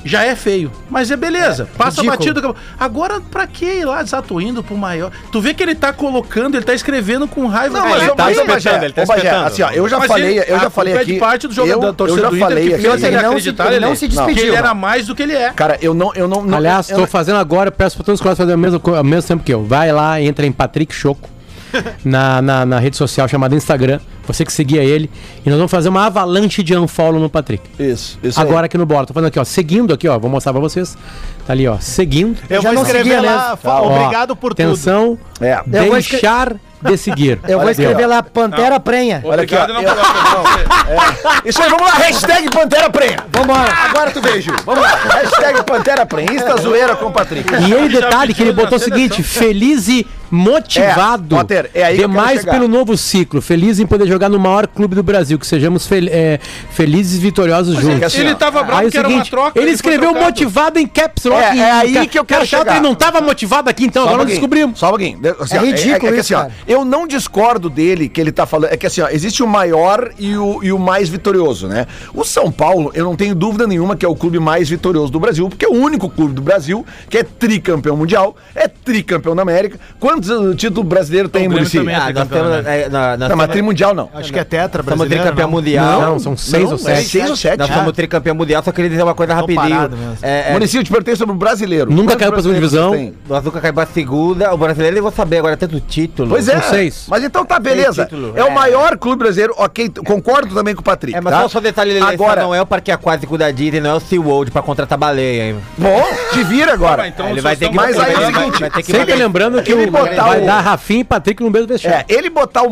Speaker 5: Já é feio, mas é beleza. passa
Speaker 4: ridículo.
Speaker 5: batido. acabou. Agora, pra que ir lá desatuindo pro maior? Tu vê que ele tá colocando, ele tá escrevendo com raiva.
Speaker 2: Não,
Speaker 5: É,
Speaker 2: mas
Speaker 5: ele
Speaker 2: eu-
Speaker 6: tá
Speaker 2: mas, ô,
Speaker 6: espetando,
Speaker 2: Bagé,
Speaker 6: ele tá
Speaker 2: ô, Bagé,
Speaker 6: espetando.
Speaker 2: Assim, ó, eu já
Speaker 5: Mas
Speaker 2: falei,
Speaker 5: ele-
Speaker 2: eu já
Speaker 5: a
Speaker 2: falei
Speaker 5: culpa é de
Speaker 2: aqui.
Speaker 5: parte do jogador-
Speaker 2: eu,
Speaker 5: da torcida
Speaker 2: eu já
Speaker 5: do Inter
Speaker 2: falei
Speaker 5: que
Speaker 2: aqui.
Speaker 5: fez
Speaker 4: Outra, ele
Speaker 5: ele
Speaker 4: não se-
Speaker 5: acreditar,
Speaker 4: ele não
Speaker 5: Lelê,
Speaker 4: se
Speaker 5: que
Speaker 4: despediu.
Speaker 5: ele era mais do que ele é.
Speaker 2: Cara, eu não, eu não, não
Speaker 8: Aliás,
Speaker 2: eu,
Speaker 8: tô fazendo agora, peço pra todos os colegas fazerem o mesmo, co- ao mesmo tempo que eu. Vai lá, entra em Patrick Choco na, na, na rede social chamada Instagram. Você que seguia ele. E nós vamos fazer uma avalanche de unfollow no Patrick.
Speaker 2: Isso, isso aí.
Speaker 8: Agora aqui no Bola. Tô falando aqui, ó. Seguindo aqui, ó. Vou mostrar pra vocês. Tá ali, ó. Seguindo.
Speaker 3: Eu
Speaker 4: já
Speaker 3: vou
Speaker 4: não
Speaker 3: escrever
Speaker 4: seguia
Speaker 3: lá.
Speaker 4: mesmo.
Speaker 3: fa-
Speaker 8: Ó,
Speaker 3: Obrigado por tudo.
Speaker 8: atenção,
Speaker 2: É.
Speaker 4: Eu vou escre-
Speaker 8: Deixar de seguir.
Speaker 4: Eu vou
Speaker 2: Olha aqui,
Speaker 4: escrever
Speaker 2: ó.
Speaker 4: lá Pantera Prenha.
Speaker 2: Olha aqui, ó. É.
Speaker 7: Obrigado, não coloca.
Speaker 2: Isso aí, vamos lá, hashtag Pantera Prenha. Vambora. Agora tu vejo. Vamos lá. Hashtag Pantera Prenha. Insta zoeira com o Patrick. um
Speaker 8: E ele,
Speaker 5: Já
Speaker 8: detalhe, que ele
Speaker 5: pediu
Speaker 8: botou o
Speaker 5: na
Speaker 8: seguinte: feliz e motivado.
Speaker 2: É, Potter, é aí que eu quero
Speaker 8: demais
Speaker 2: chegar.
Speaker 8: pelo novo ciclo. Feliz em poder jogar no maior clube do Brasil. Que sejamos fel- é, felizes e vitoriosos
Speaker 2: que
Speaker 8: juntos.
Speaker 2: assim, ó,
Speaker 5: Ele tava bravo
Speaker 8: Aí o
Speaker 5: que era uma
Speaker 8: seguinte,
Speaker 5: troca.
Speaker 8: ele
Speaker 5: foi
Speaker 8: escreveu
Speaker 5: trocado.
Speaker 8: motivado em caps lock.
Speaker 2: É,
Speaker 8: e-
Speaker 2: é aí
Speaker 8: ca-
Speaker 2: que eu quero
Speaker 8: cara chato,
Speaker 2: chegar.
Speaker 8: Ele não tava motivado aqui, então
Speaker 2: Só um
Speaker 8: agora nós
Speaker 2: pouquinho,
Speaker 8: descobrimos.
Speaker 2: Só um pouquinho. De- assim, ó,
Speaker 4: É ridículo
Speaker 2: que
Speaker 4: isso,
Speaker 2: assim, ó,
Speaker 4: cara.
Speaker 2: Eu não discordo dele que ele tá falando. É que assim, ó, existe o maior e o, e o mais vitorioso, né? O São Paulo, eu não tenho dúvida nenhuma que é o clube mais vitorioso do Brasil, porque é o único clube do Brasil que é tricampeão mundial, é tricampeão da América. Quantos eh, títulos brasileiro tem,
Speaker 7: Grêmio
Speaker 2: Muricy?
Speaker 7: também é
Speaker 6: Ah, nós
Speaker 7: tricampeão,
Speaker 6: temos.
Speaker 7: né?
Speaker 6: é, na- nós
Speaker 2: Não, mas
Speaker 6: temos-
Speaker 2: trimundial não.
Speaker 3: Acho que é tetra
Speaker 6: Estamos
Speaker 3: brasileira.
Speaker 6: tricampeão
Speaker 3: não?
Speaker 6: mundial.
Speaker 8: Não, são seis ou
Speaker 2: É
Speaker 8: sete.
Speaker 2: seis ou sete.
Speaker 6: Nós
Speaker 2: Ah,
Speaker 6: estamos tricampeão mundial, só queria dizer uma coisa rapidinho.
Speaker 3: parado mesmo.
Speaker 6: É, é,
Speaker 2: Muricy, eu te perguntei sobre o brasileiro.
Speaker 8: Nunca
Speaker 2: Quantos
Speaker 8: caiu pra segunda
Speaker 2: brasileiros
Speaker 8: divisão.
Speaker 2: tem?
Speaker 6: nós nunca caímos pra segunda. O brasileiro eu vou saber agora até do título.
Speaker 2: Pois
Speaker 8: São
Speaker 2: é.
Speaker 8: seis.
Speaker 2: Mas então tá, beleza.
Speaker 6: título,
Speaker 2: é, o
Speaker 6: é.
Speaker 2: maior clube brasileiro. Ok, t- concordo também com o Patrick.
Speaker 6: É, mas
Speaker 2: tá?
Speaker 6: só, só detalhe, Lelê,
Speaker 2: Agora,
Speaker 6: só não é o parque aquático da Disney, não é o SeaWorld pra contratar baleia, hein?
Speaker 2: bom, te vira agora.
Speaker 7: então
Speaker 6: ele
Speaker 7: vocês
Speaker 6: vai ter
Speaker 7: estão
Speaker 6: que...
Speaker 2: Mas aí é o
Speaker 6: vai-
Speaker 2: seguinte,
Speaker 6: vai ter que
Speaker 8: Sempre lembrando que
Speaker 2: Ele
Speaker 8: o,
Speaker 2: botar
Speaker 8: vai
Speaker 2: o-
Speaker 8: dar Rafinha e Patrick no mesmo vestiário.
Speaker 2: É, ele
Speaker 4: Ah,
Speaker 2: botar o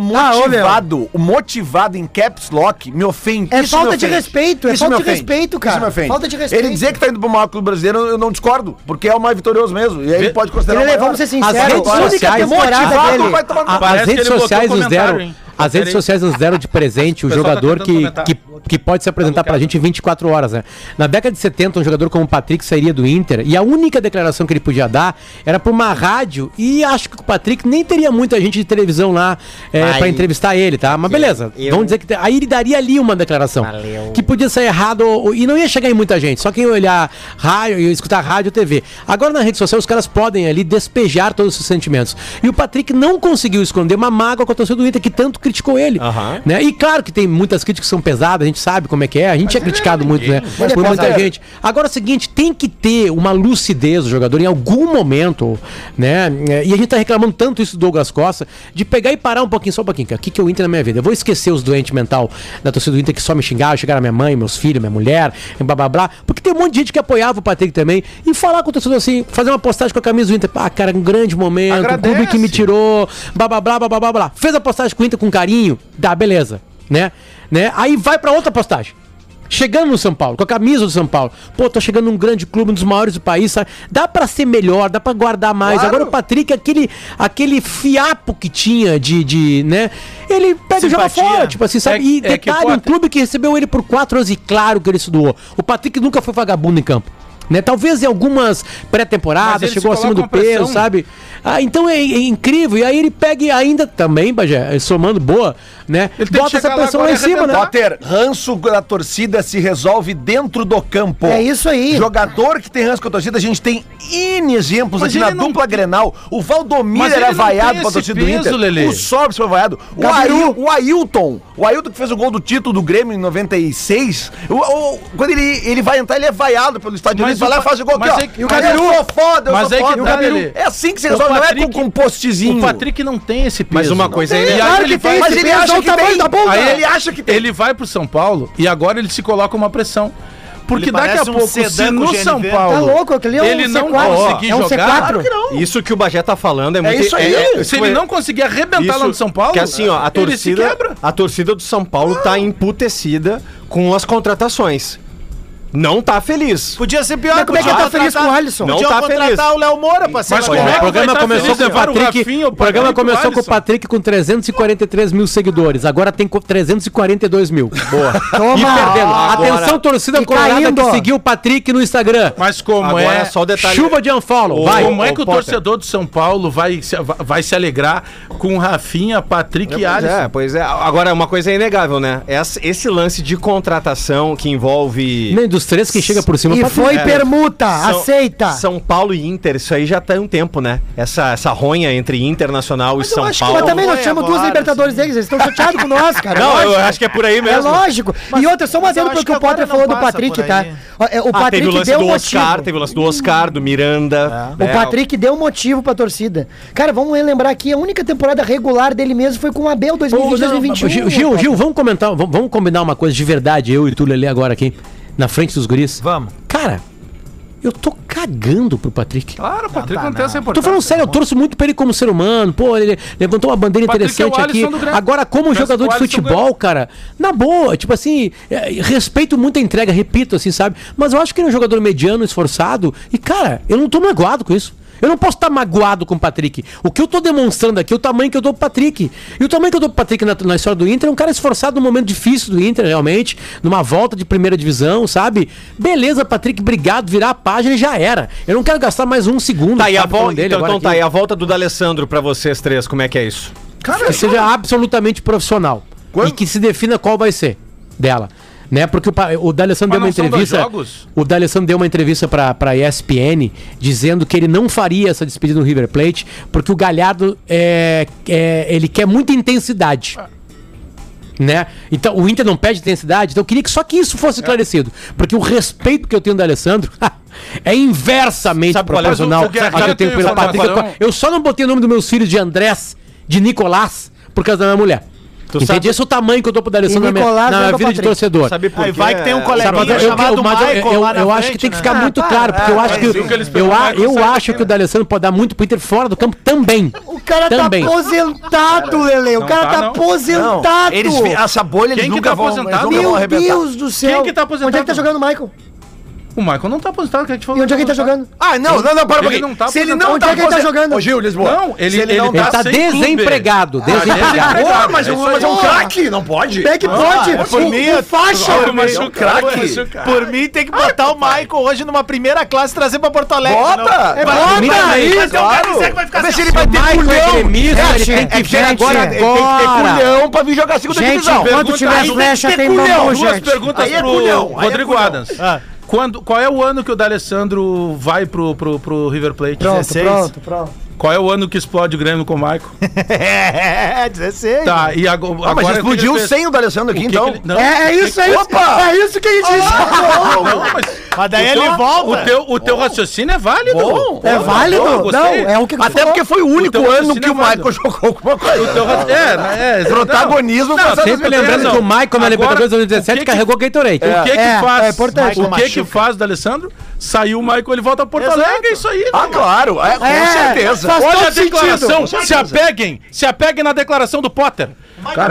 Speaker 2: motivado, o motivado em caps lock me ofende.
Speaker 4: É
Speaker 2: Isso
Speaker 4: falta
Speaker 2: me
Speaker 4: de
Speaker 2: ofende.
Speaker 4: respeito, é
Speaker 2: Isso
Speaker 4: falta
Speaker 2: me
Speaker 4: de
Speaker 2: ofende.
Speaker 4: respeito, cara.
Speaker 2: Isso me ofende.
Speaker 4: Falta de respeito.
Speaker 2: Ele dizer que tá indo pro maior clube brasileiro, eu não discordo, porque é o mais vitorioso mesmo. E aí ele pode considerar.
Speaker 4: Lele,
Speaker 2: o maior.
Speaker 4: vamos ser
Speaker 8: As
Speaker 4: sinceros,
Speaker 8: redes
Speaker 4: a única
Speaker 8: sociais...
Speaker 4: temporada
Speaker 2: Motivado
Speaker 4: dele-
Speaker 2: vai tomar no
Speaker 8: A-
Speaker 2: cu.
Speaker 7: Parece
Speaker 8: as
Speaker 7: que
Speaker 8: redes
Speaker 7: ele botou
Speaker 8: sociais nos
Speaker 7: comentário,
Speaker 8: deram.
Speaker 7: hein?
Speaker 8: As redes
Speaker 7: Peraí.
Speaker 8: sociais nos deram de presente o
Speaker 7: pessoal tá
Speaker 8: jogador
Speaker 7: tentando
Speaker 8: que,
Speaker 7: comentar.
Speaker 8: que, que pode se apresentar pra gente em 24 horas, né? Na década de 70, um jogador como o Patrick sairia do Inter e a única declaração que ele podia dar era pra uma rádio e acho que o Patrick nem teria muita gente de televisão lá é,
Speaker 6: Ai.
Speaker 8: pra entrevistar ele, tá? Mas beleza,
Speaker 6: eu-
Speaker 8: vamos dizer que... te- Aí ele daria ali uma declaração
Speaker 6: Valeu.
Speaker 8: que podia sair errado ou- ou- e não ia chegar em muita gente, só quem olhar rádio e escutar rádio e TV. Agora na rede social os caras podem ali despejar todos os sentimentos. E o Patrick não conseguiu esconder uma mágoa com a torcida do Inter que tanto criticou ele,
Speaker 6: Aham.
Speaker 8: né? E claro que tem muitas críticas que são pesadas, a gente sabe como é que é, a gente é criticado muito, né?
Speaker 2: Mas
Speaker 8: Por
Speaker 2: é
Speaker 8: muita
Speaker 2: pesado.
Speaker 8: gente. Agora é o seguinte, tem que ter uma lucidez do jogador em algum momento, né? E a gente tá reclamando tanto isso do Douglas Costa, de pegar e parar um pouquinho, só um pouquinho, cara. O que, que eu entro na minha vida? Eu vou esquecer os doentes mental da torcida do Inter que só me xingaram, chegaram minha mãe, meus filhos, minha mulher, e blá blá blá. Porque tem um monte de gente que apoiava o Patrick também. E falar com o torcedor assim, fazer uma postagem com a camisa do Inter. Ah, cara, um grande momento, o clube que me tirou, blá blá blá blá blá blá, blá. Fez a postagem com o Inter com carinho, dá, beleza, né? né? Aí vai pra outra postagem. Chegando no São Paulo, com a camisa do São Paulo. Pô, tô chegando num grande clube, um dos maiores do país, sabe? Dá pra ser melhor, dá pra guardar mais.
Speaker 2: Claro.
Speaker 8: Agora o Patrick, aquele, aquele fiapo que tinha de, de, né? Ele pega e joga
Speaker 3: Simpatia.
Speaker 8: fora, tipo assim, sabe? e
Speaker 5: é que,
Speaker 8: detalhe,
Speaker 5: pô,
Speaker 8: um clube que recebeu ele por quatro anos e claro que ele se doou. O Patrick nunca foi vagabundo em campo. Né? Talvez em algumas
Speaker 5: Mas
Speaker 8: pré-temporadas
Speaker 5: ele
Speaker 8: chegou
Speaker 5: se
Speaker 8: acima do
Speaker 5: coloca uma
Speaker 8: peso,
Speaker 5: pressão.
Speaker 8: sabe? sabe? Ah, então é, é incrível. E aí ele pega e ainda também, Bagé, somando boa, né?
Speaker 5: Ele tem que
Speaker 8: Bota essa
Speaker 5: chegar lá
Speaker 8: pressão lá,
Speaker 5: agora
Speaker 8: em
Speaker 5: e
Speaker 8: cima, né?
Speaker 5: arrebentar.
Speaker 2: Potter, ranço da torcida se resolve dentro do campo.
Speaker 4: É isso aí.
Speaker 2: Jogador que tem ranço com a torcida, a gente tem N exemplos
Speaker 5: Mas
Speaker 2: aqui na
Speaker 5: ele não
Speaker 2: dupla Grenal. O Valdomiro
Speaker 5: Mas ele
Speaker 2: era
Speaker 5: não
Speaker 2: vaiado
Speaker 5: tem
Speaker 2: pra
Speaker 5: esse
Speaker 2: torcida do
Speaker 5: peso,
Speaker 2: Inter.
Speaker 5: Lelê.
Speaker 2: O Sobs foi vaiado. O,
Speaker 4: Gabiru.
Speaker 2: Ail, o Ailton. O Ailton que fez o gol do título do Grêmio em 96. O, o- quando ele, ele vai entrar, ele é vaiado pelo estádio.
Speaker 5: Mas
Speaker 2: ele vai
Speaker 5: o
Speaker 2: lá e
Speaker 5: Pa-
Speaker 2: faz o gol aqui,
Speaker 5: mas
Speaker 2: ó.
Speaker 5: é que-
Speaker 2: Eu
Speaker 5: o Gabiru-
Speaker 2: sou foda, eu
Speaker 5: mas
Speaker 2: sou
Speaker 5: é que
Speaker 2: foda.
Speaker 5: dá, Lelê.
Speaker 2: É assim que se
Speaker 5: O
Speaker 2: resolve, não é
Speaker 5: Patrick-
Speaker 2: com um postzinho.
Speaker 5: O Patrick não tem esse peso.
Speaker 6: Mas uma coisa
Speaker 5: Não
Speaker 6: aí,
Speaker 5: tem,
Speaker 6: né?
Speaker 5: Claro é que tem.
Speaker 2: mas
Speaker 5: esse
Speaker 2: ele
Speaker 5: peso.
Speaker 2: acha
Speaker 4: o
Speaker 2: que
Speaker 4: tamanho
Speaker 2: tem.
Speaker 4: da bunda.
Speaker 5: Aí
Speaker 2: Ele acha que tem.
Speaker 5: Ele vai pro São Paulo e agora ele se coloca uma pressão. Porque
Speaker 3: Ele
Speaker 5: daqui a
Speaker 3: parece um
Speaker 5: pouco, se
Speaker 3: sedã
Speaker 5: no
Speaker 3: com
Speaker 5: São
Speaker 3: GNV.
Speaker 5: Paulo
Speaker 4: Tá louco, aquele é um
Speaker 5: ele não
Speaker 4: C4.
Speaker 5: conseguir
Speaker 4: É um
Speaker 5: jogar,
Speaker 4: C4.
Speaker 6: Isso que o Bagé tá falando é muito...
Speaker 2: isso aí.
Speaker 5: se ele não conseguir arrebentar lá no São Paulo,
Speaker 6: Que assim, ó, a
Speaker 5: ele se
Speaker 6: torcida,
Speaker 5: quebra.
Speaker 6: a torcida do São Paulo tá emputecida com as contratações. Não tá feliz.
Speaker 3: Podia ser pior.
Speaker 4: Mas como é que
Speaker 3: podia
Speaker 4: ele tá feliz com
Speaker 3: contratar-
Speaker 4: o Alisson?
Speaker 6: Não
Speaker 3: Podia
Speaker 6: tá
Speaker 3: contratar
Speaker 6: feliz.
Speaker 3: o Léo Moura pra ser
Speaker 5: Mas
Speaker 3: lateral.
Speaker 5: como
Speaker 8: o
Speaker 5: é que
Speaker 8: programa
Speaker 5: vai tá
Speaker 8: começou
Speaker 5: feliz?
Speaker 8: com o
Speaker 5: Levaram o
Speaker 8: Patrick.
Speaker 5: Rafinha, o
Speaker 8: o programa
Speaker 5: Patrick e o
Speaker 8: começou com o
Speaker 5: Alisson.
Speaker 8: Patrick com 343 mil seguidores. Agora tem co- 342 mil. Boa.
Speaker 4: Toma.
Speaker 8: E perdendo.
Speaker 6: Agora-
Speaker 8: Atenção, torcida
Speaker 4: E
Speaker 8: colorada
Speaker 4: caindo.
Speaker 8: que seguiu o Patrick no Instagram.
Speaker 5: Mas como
Speaker 6: Agora
Speaker 5: é.
Speaker 6: só o detalhe...
Speaker 8: Chuva de unfollow. Vai.
Speaker 5: como é que o
Speaker 6: Potter.
Speaker 5: torcedor do São Paulo vai se, vai se alegrar com Rafinha, Patrick e
Speaker 6: Pois
Speaker 5: Alisson?
Speaker 6: é, pois é. Agora, uma coisa é inegável, né? Essa- Esse lance de contratação que envolve...
Speaker 8: Nem dos três que chega por cima.
Speaker 4: E
Speaker 6: tá
Speaker 8: Patrick.
Speaker 4: foi permuta,
Speaker 6: São-
Speaker 4: aceita.
Speaker 6: São Paulo e Inter, isso aí já tá há um tempo, né? Essa, essa ronha entre Internacional e São
Speaker 4: Mas
Speaker 6: Paulo.
Speaker 4: também nós
Speaker 3: Goiás,
Speaker 4: tivemos duas
Speaker 3: Goiás,
Speaker 4: Libertadores deles, eles estão chateados com nós, cara.
Speaker 6: Não, eu
Speaker 4: Lógico.
Speaker 6: acho que é por aí
Speaker 4: É
Speaker 6: mesmo.
Speaker 4: lógico. e outra, só um
Speaker 3: mas eu
Speaker 4: adendo
Speaker 3: acho
Speaker 4: pro que
Speaker 3: que
Speaker 4: o
Speaker 3: agora
Speaker 4: Potter
Speaker 3: não
Speaker 4: falou do
Speaker 3: passa
Speaker 4: Patrick,
Speaker 3: por
Speaker 4: tá?
Speaker 3: aí.
Speaker 4: É,
Speaker 6: Ah, teve
Speaker 4: O
Speaker 6: o
Speaker 4: Patrick
Speaker 6: lance
Speaker 4: deu
Speaker 6: do
Speaker 4: um
Speaker 6: Oscar,
Speaker 4: motivo.
Speaker 6: teve o lance do Oscar, do Miranda.
Speaker 4: O
Speaker 6: né?
Speaker 4: Patrick deu motivo pra torcida. Cara, vamos relembrar aqui, a única temporada regular dele mesmo foi com o Abel 2020,
Speaker 5: um,
Speaker 8: Ô, Gil,
Speaker 5: né,
Speaker 4: 2021.
Speaker 8: Gil, Gil, vamos comentar, vamos, vamos combinar uma coisa de verdade, eu e tu, Lelê, agora aqui, na frente dos guris.
Speaker 3: Vamos.
Speaker 8: Cara, eu tô cagando pro Patrick.
Speaker 5: Claro, o Patrick não, tem essa
Speaker 8: Tô falando sério, eu torço muito pra ele como ser humano. Pô, ele levantou uma bandeira
Speaker 5: Patrick
Speaker 8: interessante
Speaker 5: é o
Speaker 8: aqui.
Speaker 5: Alisson do Grêmio.
Speaker 8: Agora, como
Speaker 5: Parece
Speaker 8: jogador
Speaker 5: que o
Speaker 8: de
Speaker 5: Alisson
Speaker 8: futebol,
Speaker 5: ganhou.
Speaker 8: cara, na boa, tipo assim, é, respeito muito a entrega, repito, assim, sabe? Mas eu acho que ele é um jogador mediano, esforçado. E, cara, eu não tô magoado com isso. Eu não posso estar magoado com o Patrick. O que eu tô demonstrando aqui é o tamanho que eu dou pro Patrick. E o tamanho que eu dou pro Patrick na, na história do Inter é um cara esforçado num momento difícil do Inter, realmente, numa volta de primeira divisão, sabe? Beleza, Patrick, obrigado, virar a página e já era. Eu não quero gastar mais um segundo.
Speaker 6: Tá aí a
Speaker 8: sabe, falando
Speaker 6: volta. Então,
Speaker 8: agora
Speaker 6: então tá
Speaker 8: aqui.
Speaker 6: aí a volta do D'Alessandro pra vocês três, como é que é isso?
Speaker 8: que seja absolutamente profissional.
Speaker 2: Quando-
Speaker 8: E que se defina qual vai ser dela. né? Porque o, pa- o D'Alessandro deu
Speaker 5: Mas
Speaker 8: uma
Speaker 5: não são dois
Speaker 8: entrevista.
Speaker 5: jogos?
Speaker 8: O D'Alessandro deu uma entrevista pra, pra ESPN dizendo que ele não faria essa despedida no River Plate porque o Galhardo é, é- ele quer muita intensidade. Né? Então o Inter não pede intensidade, então eu queria que só que isso
Speaker 5: É.
Speaker 8: fosse esclarecido, porque o respeito que eu tenho do Alessandro é inversamente
Speaker 6: Sabe qual é o-
Speaker 8: proporcional ao
Speaker 6: sabe
Speaker 8: que
Speaker 6: qual é-
Speaker 8: eu tenho pela
Speaker 5: sabe qual é-
Speaker 8: Patrícia. Eu só não botei o nome dos meus filhos de Andrés, de Nicolás, por causa da minha mulher. Entende?
Speaker 6: sabe-
Speaker 8: Esse é o tamanho que eu dou pro D'Alessandro na minha,
Speaker 4: Nicolás
Speaker 8: na minha
Speaker 4: leva
Speaker 8: vida de
Speaker 4: Patrick.
Speaker 8: torcedor.
Speaker 6: Sabe é por
Speaker 3: Aí
Speaker 6: quê?
Speaker 3: vai que tem um colega
Speaker 8: Sabe, mas eu,
Speaker 3: chamado
Speaker 8: eu- mas eu-
Speaker 3: Michael
Speaker 8: eu-
Speaker 3: lá na
Speaker 8: eu acho
Speaker 3: frente,
Speaker 8: que tem que
Speaker 3: né?
Speaker 8: ficar
Speaker 4: Ah,
Speaker 8: muito
Speaker 4: para,
Speaker 8: claro, porque eu
Speaker 4: para,
Speaker 8: acho que,
Speaker 4: é
Speaker 5: isso que eles
Speaker 8: eu, a-
Speaker 5: perguntaram,
Speaker 8: eu
Speaker 5: sabe
Speaker 8: acho que o D'Alessandro pode dar muito pro Inter fora do campo também.
Speaker 4: O cara
Speaker 8: Também.
Speaker 4: tá aposentado, Lele. O
Speaker 5: Não
Speaker 4: cara
Speaker 5: tá,
Speaker 4: tá
Speaker 5: não.
Speaker 4: aposentado.
Speaker 2: Eles, vi- essa bolha eles
Speaker 5: Quem que
Speaker 2: nunca
Speaker 5: tá
Speaker 2: vão, eles
Speaker 5: aposentado?
Speaker 2: nunca vão
Speaker 4: Meu
Speaker 2: arrebentar.
Speaker 4: Deus do céu.
Speaker 5: que tá aposentado?
Speaker 4: Onde é que tá jogando o Michael?
Speaker 5: O Michael não tá aposentado, que a gente falou.
Speaker 4: E onde é que ele tá jogando?
Speaker 2: Ah, não, não, não, para um
Speaker 5: Ele
Speaker 2: pouquinho.
Speaker 5: não tá
Speaker 2: Se ele não
Speaker 5: aposentado.
Speaker 4: Onde é que ele tá
Speaker 2: aposent-
Speaker 4: jogando?
Speaker 2: Ô, Gil, Lisboa.
Speaker 5: Não, ele-
Speaker 2: se ele,
Speaker 5: ele
Speaker 2: não
Speaker 8: Ele
Speaker 2: tá...
Speaker 8: tá
Speaker 5: sem clube.
Speaker 8: desempregado, desempregado.
Speaker 2: Pô, mas, um- mas é um craque, não pode.
Speaker 4: Como É que pode?
Speaker 2: é por
Speaker 4: O-
Speaker 2: mim,
Speaker 4: o faixa.
Speaker 5: Olha, mas
Speaker 2: É um
Speaker 5: o cara
Speaker 2: craque.
Speaker 5: vai machucar.
Speaker 3: Por mim, tem que botar o Michael hoje numa primeira classe e trazer pra Porto Alegre.
Speaker 2: Bota!
Speaker 3: não.
Speaker 2: bota
Speaker 8: mim também.
Speaker 2: aí,
Speaker 3: Mas é um
Speaker 2: claro.
Speaker 3: camiseta que vai ficar
Speaker 2: Vamos ver se
Speaker 3: assim,
Speaker 2: ele vai ter
Speaker 8: Michael é
Speaker 2: culhão.
Speaker 8: gremista, ele tem que
Speaker 2: que
Speaker 8: vir
Speaker 2: agora. Ele tem que ter
Speaker 8: agora.
Speaker 2: culhão pra vir jogar a segunda
Speaker 4: Gente,
Speaker 2: divisão.
Speaker 4: enquanto tiver
Speaker 2: aí
Speaker 4: flecha,
Speaker 2: tem que ter
Speaker 4: tem
Speaker 2: culhão.
Speaker 4: bambu,
Speaker 5: é Duas
Speaker 4: gente. Ah.
Speaker 5: perguntas
Speaker 2: Aí é
Speaker 5: pro
Speaker 2: culhão, aí é
Speaker 5: Rodrigo
Speaker 2: culhão.
Speaker 5: Adams. Quando, qual é o ano que o D'Alessandro vai pro, pro, pro River Plate?
Speaker 4: Pronto,
Speaker 3: 16.
Speaker 4: pronto, pronto.
Speaker 5: Qual é o ano que explode o Grêmio com o Michael?
Speaker 3: É, 16.
Speaker 5: Tá, e ago- agora...
Speaker 2: Ah, mas explodiu
Speaker 5: o
Speaker 2: sem o D'Alessandro aqui, então.
Speaker 4: É, é isso, é isso.
Speaker 2: Opa!
Speaker 4: É isso que a gente
Speaker 5: Não, mas...
Speaker 3: Mas daí
Speaker 5: o
Speaker 3: ele
Speaker 5: teu-
Speaker 3: volta.
Speaker 5: O teu, o teu raciocínio é válido.
Speaker 2: Bom,
Speaker 4: É
Speaker 5: Bom,
Speaker 4: válido?
Speaker 5: bom, gostei.
Speaker 4: Não, é o que
Speaker 2: Até porque foi o único
Speaker 5: Então,
Speaker 2: ano
Speaker 5: se
Speaker 2: que o
Speaker 5: não vai,
Speaker 2: Michael jogou alguma coisa.
Speaker 5: O teu raci- É, né, é,
Speaker 2: Protagonismo pra essas
Speaker 8: Sempre
Speaker 2: minhas
Speaker 8: lembrando
Speaker 2: coisas.
Speaker 8: que o Michael na
Speaker 5: Agora,
Speaker 8: Libertadores de
Speaker 5: o
Speaker 8: 2017
Speaker 5: que que-
Speaker 8: carregou o Gatorade.
Speaker 5: O que que
Speaker 4: É,
Speaker 5: faz?
Speaker 4: é importante.
Speaker 5: O que que
Speaker 3: Machuca.
Speaker 5: faz do Alessandro? Saiu o Michael, ele volta a Porto
Speaker 3: Exato.
Speaker 5: Alegre, é isso aí.
Speaker 2: Ah,
Speaker 5: né?
Speaker 2: claro, é, com
Speaker 4: É,
Speaker 2: certeza.
Speaker 4: faz
Speaker 5: Olha
Speaker 4: todo
Speaker 5: a declaração,
Speaker 4: sentido.
Speaker 5: se apeguem, se apeguem na declaração do Potter.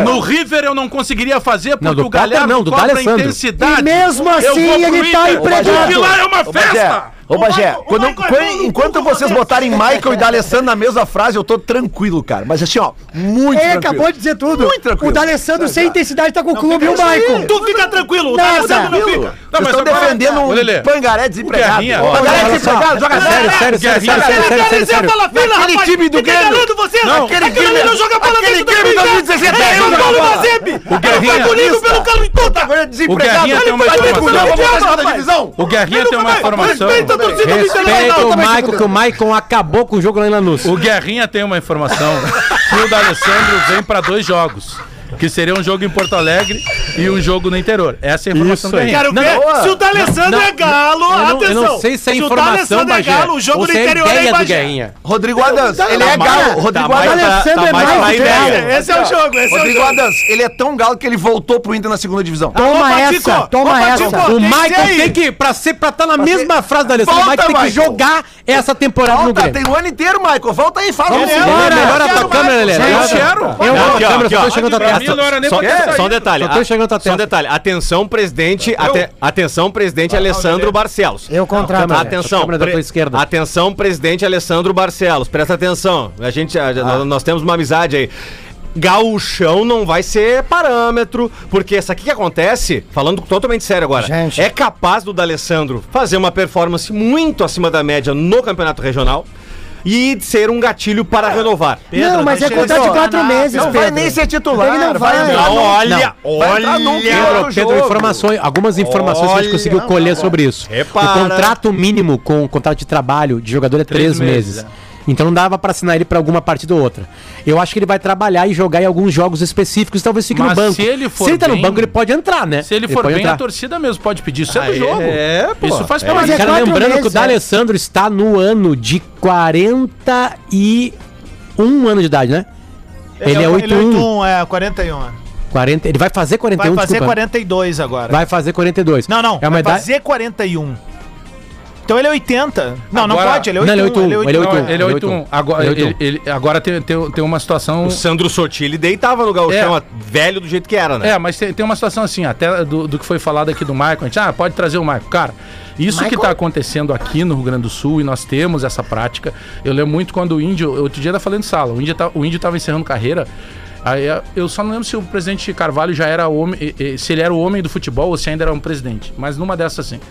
Speaker 5: no River eu não conseguiria fazer porque
Speaker 8: Não, do
Speaker 5: o Galhardo
Speaker 8: Potter não, do é
Speaker 5: cobra
Speaker 8: D'Alessandro.
Speaker 5: intensidade.
Speaker 4: E mesmo
Speaker 5: Eu
Speaker 4: assim
Speaker 5: vou pro
Speaker 4: ele tá
Speaker 5: Inter.
Speaker 4: empregado.
Speaker 5: O que lá é uma
Speaker 2: Ô, Bagé,
Speaker 5: festa.
Speaker 2: ô, Bagé,
Speaker 3: Michael- o
Speaker 2: quando-
Speaker 3: Michael é
Speaker 2: quando-
Speaker 3: todo
Speaker 2: enquanto
Speaker 3: mundo
Speaker 2: vocês botarem Michael e D'Alessandro na mesma frase, eu tô tranquilo, cara. Mas assim, ó, muito
Speaker 4: Ele
Speaker 2: tranquilo.
Speaker 4: É, acabou de dizer tudo.
Speaker 2: Muito tranquilo.
Speaker 4: O D'Alessandro sem intensidade tá com o clube e o
Speaker 3: Isso aí,
Speaker 4: Michael.
Speaker 3: Tu fica tranquilo. o
Speaker 4: Nada.
Speaker 3: D'Alessandro não
Speaker 2: Tranquilo.
Speaker 3: fica.
Speaker 5: Tá,
Speaker 2: Vocês
Speaker 5: mas
Speaker 2: estão
Speaker 5: agora-
Speaker 2: defendendo
Speaker 5: Ô, Lelê,
Speaker 2: um pangaré desempregado.
Speaker 5: Guerrinha-
Speaker 2: Ó, Pangaré
Speaker 8: olha só.
Speaker 2: desempregado, joga
Speaker 8: Sério,
Speaker 2: sério.
Speaker 8: sério, sério, sério, sério, sério, sério, sério.
Speaker 2: Aquele time do Grêmio.
Speaker 3: Você,
Speaker 2: Não, aquele Grêmio- aquele Grêmio 2017
Speaker 3: É
Speaker 2: joga
Speaker 3: o Paulo
Speaker 2: bola.
Speaker 3: Mazepe.
Speaker 5: O Guerrinha-
Speaker 3: pelo calo em toda.
Speaker 2: Agora é
Speaker 5: O
Speaker 2: desempregado.
Speaker 5: Guerrinha tem
Speaker 2: Ele
Speaker 5: uma
Speaker 2: vai ter
Speaker 5: informação.
Speaker 2: culhão pra botar a segunda
Speaker 3: Rapaz.
Speaker 2: divisão.
Speaker 5: O Guerrinha tem uma informação.
Speaker 3: Respeita a torcida do
Speaker 8: Respeita
Speaker 3: Internacional.
Speaker 8: o Michael, que o Michael acabou com o jogo lá em Lanús.
Speaker 5: O Guerrinha tem uma informação que o D'Alessandro vem pra dois jogos. Que seria um jogo em Porto Alegre e um jogo no interior. Essa é a informação
Speaker 8: Isso
Speaker 5: do
Speaker 8: aí.
Speaker 5: Guerrinha.
Speaker 3: Quero
Speaker 8: Não,
Speaker 3: ver
Speaker 2: boa.
Speaker 3: se o D'Alessandro
Speaker 8: Não,
Speaker 3: é galo.
Speaker 8: eu, não, eu
Speaker 3: atenção.
Speaker 8: não sei se é
Speaker 3: o
Speaker 8: informação,
Speaker 3: D'Alessandro é
Speaker 8: Bagé,
Speaker 3: galo, o jogo
Speaker 8: ou
Speaker 3: do
Speaker 8: se é
Speaker 3: interior é em
Speaker 8: ideia do
Speaker 3: Bagé.
Speaker 8: Guerrinha.
Speaker 2: Rodrigo Adams, ele é galo. Rodrigo
Speaker 6: mais
Speaker 2: Adams.
Speaker 6: pra-
Speaker 4: Alessandro
Speaker 6: tá
Speaker 4: é
Speaker 6: mais
Speaker 4: mais
Speaker 6: pra
Speaker 2: né,
Speaker 4: que
Speaker 6: ideia.
Speaker 4: galo.
Speaker 3: Esse é o jogo, esse é o
Speaker 2: Assim, Rodrigo
Speaker 3: jogo.
Speaker 2: Adams, ele é tão galo que ele voltou pro Inter na segunda divisão.
Speaker 8: Tá.
Speaker 4: Toma
Speaker 3: Alô, Patico.
Speaker 4: essa, toma
Speaker 3: Ô, Patico,
Speaker 4: essa.
Speaker 8: O
Speaker 3: Tem que ser
Speaker 8: Michael
Speaker 3: aí.
Speaker 8: tem que, pra estar pra tá na mesma frase da Alessandro, o
Speaker 2: Volta,
Speaker 8: Michael tem que
Speaker 2: Michael.
Speaker 8: jogar essa temporada no
Speaker 2: Volta,
Speaker 8: Grêmio.
Speaker 2: tem o ano inteiro, Michael. Volta aí, fala. Ele
Speaker 8: Vamos
Speaker 2: é
Speaker 8: embora.
Speaker 2: galo.
Speaker 8: Melhora a
Speaker 2: Quero
Speaker 8: tua câmera,
Speaker 2: mais.
Speaker 8: Lelê.
Speaker 2: Gente,
Speaker 8: Melhora.
Speaker 2: quero.
Speaker 8: Eu vou
Speaker 6: Aqui, ó,
Speaker 8: câmera,
Speaker 6: aqui,
Speaker 8: só
Speaker 6: ó.
Speaker 8: tô chegando a
Speaker 5: Pra mim, não era
Speaker 8: testa.
Speaker 5: nem
Speaker 6: Só,
Speaker 5: pra ter
Speaker 6: só um
Speaker 5: saído.
Speaker 6: detalhe.
Speaker 8: Só tô
Speaker 6: a-
Speaker 8: chegando a
Speaker 6: Só um
Speaker 8: testa.
Speaker 6: detalhe. Atenção, presidente. ate- atenção, presidente Alessandro Barcelos.
Speaker 4: Eu contrato.
Speaker 8: Câmera,
Speaker 6: Atenção,
Speaker 8: essa câmera da
Speaker 6: pre-
Speaker 8: tua esquerda.
Speaker 6: atenção, presidente Alessandro Barcelos, presta atenção. A gente,
Speaker 8: Ah.
Speaker 6: a- nós- nós temos uma amizade aí. Gaúchão não vai ser parâmetro, porque essa aqui que acontece, falando totalmente sério agora,
Speaker 4: Gente.
Speaker 6: é capaz do D'Alessandro fazer uma performance muito acima da média no campeonato regional e ser um gatilho para renovar.
Speaker 4: Não, mas é contrato de quatro meses,
Speaker 2: Não vai
Speaker 4: Pedro.
Speaker 2: nem ser titular.
Speaker 4: Ele não vai. né?
Speaker 2: entrar no-
Speaker 6: olha,
Speaker 2: Vai entrar num
Speaker 6: olha.
Speaker 2: outro
Speaker 8: Pedro,
Speaker 2: jogo.
Speaker 8: informações, algumas informações que a gente conseguiu colher sobre isso.
Speaker 6: Repara.
Speaker 8: O contrato mínimo com o contrato de trabalho de jogador é três, meses. Então não dava pra assinar ele pra alguma partida ou outra. Eu acho que ele vai trabalhar e jogar em alguns jogos específicos, talvez fique
Speaker 5: Mas
Speaker 8: no banco.
Speaker 5: se ele for
Speaker 8: tá no
Speaker 5: bem-
Speaker 8: banco, ele pode entrar, né?
Speaker 5: Se ele for
Speaker 8: pode
Speaker 5: bem,
Speaker 8: entrar.
Speaker 5: a torcida mesmo pode pedir. Isso é do
Speaker 6: Ah, é,
Speaker 5: jogo.
Speaker 6: é, pô.
Speaker 5: Isso faz
Speaker 6: É,
Speaker 5: parte.
Speaker 4: mas é
Speaker 8: Cara,
Speaker 4: quatro
Speaker 8: lembrando que o
Speaker 4: meses, né?
Speaker 8: D'Alessandro está no ano de 41 anos de idade, né? Ele é 81.
Speaker 3: 81, é, 41. é.
Speaker 8: 40, ele vai fazer 41,
Speaker 3: Vai fazer
Speaker 8: desculpa.
Speaker 3: 42 agora.
Speaker 8: Vai fazer 42.
Speaker 3: Não, não.
Speaker 8: É uma
Speaker 3: vai
Speaker 8: idade...
Speaker 3: fazer 41. Então ele é 80. Não, não
Speaker 5: Agora-
Speaker 3: pode. Ele é
Speaker 8: Não, ele é
Speaker 3: 81.
Speaker 8: 81, ele é
Speaker 5: Não,
Speaker 8: 81.
Speaker 5: ele é 8-1. Agora,
Speaker 8: Ele é 8-1.
Speaker 5: ele- ele- agora tem, tem, tem uma situação.
Speaker 6: O Sandro Sotile deitava no gauchão,
Speaker 5: É.
Speaker 6: a- velho do jeito que era, né?
Speaker 5: É, mas tem, tem uma situação assim, até do, do que foi falado aqui do Michael, a gente, ah, pode trazer o Michael. Cara, isso que tá acontecendo aqui no Rio Grande do Sul, e nós temos essa prática. Eu lembro muito quando o Índio, outro dia eu tava falando em sala, o Índio, tá, o Índio tava encerrando carreira, aí eh, eu só não lembro se o presidente Carvalho já era homem, eh, eh, se ele era o homem do futebol ou se ainda era um presidente, mas numa dessas assim.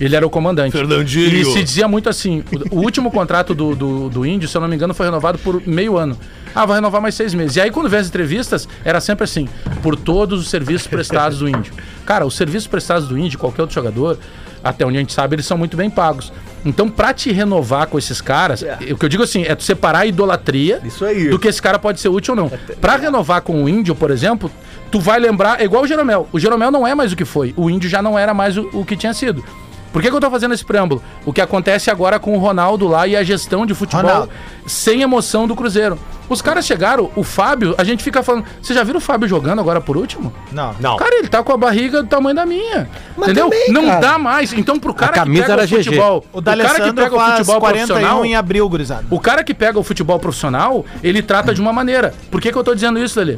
Speaker 5: Ele era o comandante.
Speaker 6: Fernandinho.
Speaker 5: E se dizia muito assim: o, o último contrato do, do, do Índio, se eu não me engano, foi renovado por meio ano. Ah, vai renovar mais seis meses. E aí, quando vê as entrevistas, era sempre assim: por todos os serviços prestados do Índio. Cara, os serviços prestados do Índio, qualquer outro jogador, até onde a gente sabe, eles são muito bem pagos. Então, pra te renovar com esses caras, o que eu digo assim, é tu separar a idolatria
Speaker 6: Isso aí.
Speaker 5: do que esse cara pode ser útil ou não. Pra renovar com o índio, por exemplo, tu vai lembrar, é igual o Jeromel. O Jeromel não é mais o que foi, o índio já não era mais o, o que tinha sido. Por que, que eu tô fazendo esse preâmbulo? O que acontece agora com o Ronaldo lá e a gestão de futebol
Speaker 3: Ronaldo.
Speaker 5: sem emoção do Cruzeiro. Os caras chegaram, o Fábio, a gente fica falando. Vocês já viram o Fábio jogando agora por último?
Speaker 3: um. Não.
Speaker 6: Não.
Speaker 5: Cara, ele tá com a barriga do tamanho da minha.
Speaker 4: Mas
Speaker 5: entendeu?
Speaker 4: também,
Speaker 5: não
Speaker 4: cara.
Speaker 5: dá mais. Então, pro cara
Speaker 8: camisa
Speaker 5: que pega
Speaker 8: era
Speaker 5: o
Speaker 8: GG.
Speaker 5: futebol.
Speaker 3: O D'Alessandro faz 41 em abril, gurizada.
Speaker 5: O cara que pega o futebol profissional, ele trata de uma maneira. Por que, que eu tô dizendo isso, Lelê?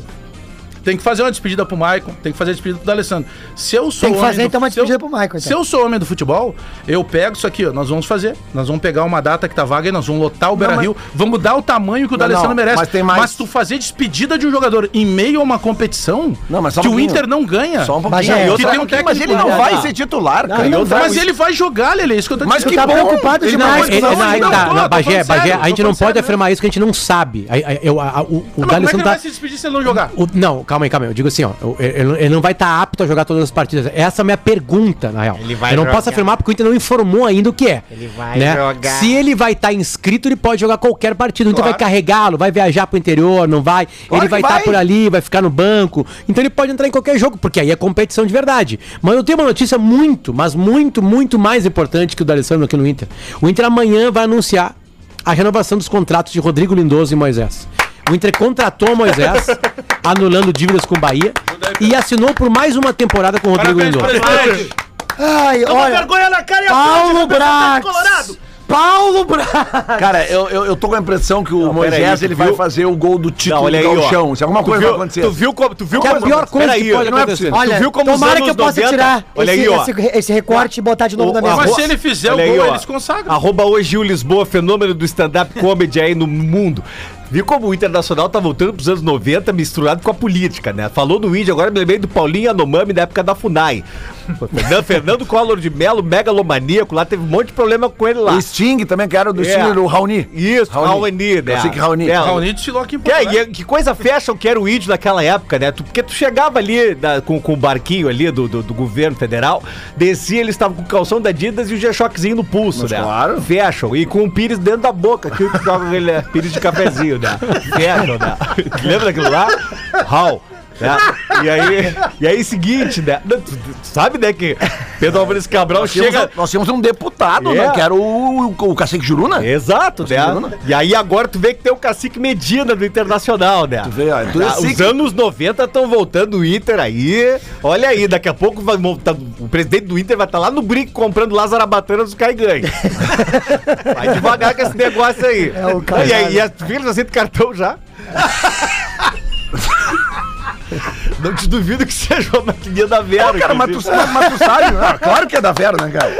Speaker 5: Tem que fazer uma despedida pro Maicon, tem que fazer despedida pro D'Alessandro. Se eu sou
Speaker 4: Tem que
Speaker 5: homem
Speaker 4: fazer,
Speaker 5: do-
Speaker 4: então, uma
Speaker 5: se eu-
Speaker 4: despedida pro Maicon, então.
Speaker 5: Se eu sou homem do futebol, eu pego isso aqui, ó. Nós vamos fazer. Nós vamos pegar uma data que tá vaga e nós vamos lotar o Beira Rio. Vamos dar o tamanho que o D'Alessandro
Speaker 2: não,
Speaker 5: merece.
Speaker 2: mas tem mais-
Speaker 5: tu fazer despedida de um jogador em meio a uma competição
Speaker 2: Não, mas só um
Speaker 5: que o
Speaker 2: pouquinho.
Speaker 5: Inter não ganha.
Speaker 2: Só um pouquinho.
Speaker 4: Mas é,
Speaker 2: E outra-
Speaker 5: que tem um técnico
Speaker 10: Mas ele não
Speaker 5: né?
Speaker 10: vai ser titular, cara.
Speaker 4: não
Speaker 10: E outra-
Speaker 5: Mas ele vai jogar, Lelê. é Isso que eu tô
Speaker 2: Mas
Speaker 5: dizendo.
Speaker 2: que
Speaker 4: tá
Speaker 2: bom.
Speaker 4: preocupado
Speaker 2: Ele
Speaker 4: demais.
Speaker 2: não-
Speaker 8: É,
Speaker 4: Ele-
Speaker 8: não,
Speaker 5: não,
Speaker 8: aí
Speaker 5: não,
Speaker 8: tá,
Speaker 5: tô-
Speaker 8: na
Speaker 5: tô
Speaker 8: Bagé,
Speaker 5: falando
Speaker 8: Bagé,
Speaker 5: sério,
Speaker 8: a gente
Speaker 5: tô
Speaker 8: não
Speaker 5: falando
Speaker 8: pode
Speaker 5: sério.
Speaker 8: afirmar isso que a gente não sabe. Aí- aí- eu- a-
Speaker 5: Mas
Speaker 8: o o
Speaker 5: como é que ele
Speaker 8: D'Alessandro
Speaker 5: vai
Speaker 8: tá.
Speaker 5: se despedir se ele não jogar?
Speaker 8: o- não, calma aí, calma aí. Eu digo assim, ó. eu- Ele, ele não vai estar apto a jogar todas as partidas. Essa é a minha pergunta, na real.
Speaker 6: Ele vai
Speaker 8: eu não
Speaker 6: jogar.
Speaker 8: posso afirmar porque o Inter não informou ainda o que é. Ele
Speaker 6: vai jogar.
Speaker 8: Se ele vai estar inscrito, ele pode jogar qualquer partido. O Inter
Speaker 5: Claro.
Speaker 8: vai carregá-lo, vai viajar pro interior, não vai. ele
Speaker 2: que
Speaker 8: vai estar
Speaker 2: vai.
Speaker 8: por ali, vai ficar no banco. Então ele pode entrar em qualquer jogo, porque aí é competição de verdade. Mas eu tenho uma notícia muito, mas muito, muito mais importante que o D'Alessandro aqui no Inter. O Inter amanhã vai anunciar a renovação dos contratos de Rodrigo Lindoso e Moisés. O Inter contratou Moisés, anulando dívidas com o Bahia, e assinou por mais uma temporada com o Rodrigo Lindoso.
Speaker 4: Ai, olha.
Speaker 3: vergonha na cara e
Speaker 4: Paulo
Speaker 3: Colorado.
Speaker 4: Brax. Paulo Brax.
Speaker 2: Cara, eu, eu, eu tô com a impressão que o Moisés
Speaker 6: peraí,
Speaker 2: ele
Speaker 6: tu
Speaker 2: vai
Speaker 6: viu?
Speaker 2: fazer o gol do título
Speaker 6: Não, olha aí,
Speaker 2: do
Speaker 6: ó.
Speaker 2: Gauchão. Se alguma coisa vai acontecer.
Speaker 6: Tu viu como, tu viu
Speaker 8: Que é a
Speaker 6: como-
Speaker 8: pior coisa
Speaker 6: Peraí,
Speaker 8: que pode
Speaker 6: não é
Speaker 8: acontecer.
Speaker 6: possível.
Speaker 4: Olha,
Speaker 6: tu viu como os
Speaker 4: tomara
Speaker 6: anos
Speaker 4: que eu possa
Speaker 6: 90?
Speaker 4: tirar
Speaker 6: Olha
Speaker 4: esse,
Speaker 6: aí, ó.
Speaker 4: esse- esse recorte e botar de novo na minha
Speaker 5: Mas
Speaker 4: mesa.
Speaker 5: se ele fizer o
Speaker 6: Olha aí,
Speaker 5: gol,
Speaker 6: ó.
Speaker 5: eles consagram.
Speaker 6: Arroba hoje o Lisboa, fenômeno do stand-up comedy aí no mundo. Viu como o Internacional tá voltando pros anos 90 misturado com a política, né? Falou do índio, agora me lembrei do Paulinho Anomami da época da FUNAI. Fernando, Fernando Collor de Mello, megalomaníaco, lá teve um monte de problema com ele lá.
Speaker 2: O Sting também, que era do
Speaker 6: É.
Speaker 2: Sting, do Raoni.
Speaker 6: Isso, Raoni, né?
Speaker 2: Eu sei que Raoni.
Speaker 6: É,
Speaker 5: Ah, o Nito Siló aqui em
Speaker 6: Que,
Speaker 5: Porto Alegre.
Speaker 6: e é, que coisa fecha o que era o índio naquela época, né? Tu- porque tu chegava ali da- com, com o barquinho ali do, do, do governo federal, descia, eles estavam com o calção da Adidas e o G-Shockzinho no pulso, né?
Speaker 2: claro.
Speaker 6: Fecham. E com o pires dentro da boca, que tu joga aquele é, pires de cafezinho, né? Fecham, né? Lembra aquilo lá? Hall. né? E aí, e aí, seguinte, né? Tu, tu- tu sabe, né, que Pedro Álvares Cabral
Speaker 2: Nós tínhamos,
Speaker 6: chega.
Speaker 2: um, nós tínhamos um deputado,
Speaker 6: É.
Speaker 2: né? Que era o, o, o Cacique Juruna.
Speaker 6: Exato, né?
Speaker 2: Nossa, Bruno.
Speaker 6: E aí agora tu vê que tem o cacique Medina do Internacional, né?
Speaker 2: vê, ó, tu
Speaker 6: Ah,
Speaker 2: é
Speaker 6: Os
Speaker 2: sick.
Speaker 6: anos 90 estão voltando o Inter aí. Olha aí, daqui a pouco vai montar- o presidente do Inter vai estar lá no brinco comprando Lázaro Batana dos Caiganhos. vai devagar com esse negócio aí.
Speaker 4: É o
Speaker 6: e
Speaker 4: Caiganho.
Speaker 6: aí, e as filhas aceitam cartão já? Não te duvido que seja uma maquininha da Vera.
Speaker 2: Cara, mas tu,
Speaker 6: inclusive.
Speaker 2: sabe- mas tu sabe, né? Claro que é da Vera, né, cara?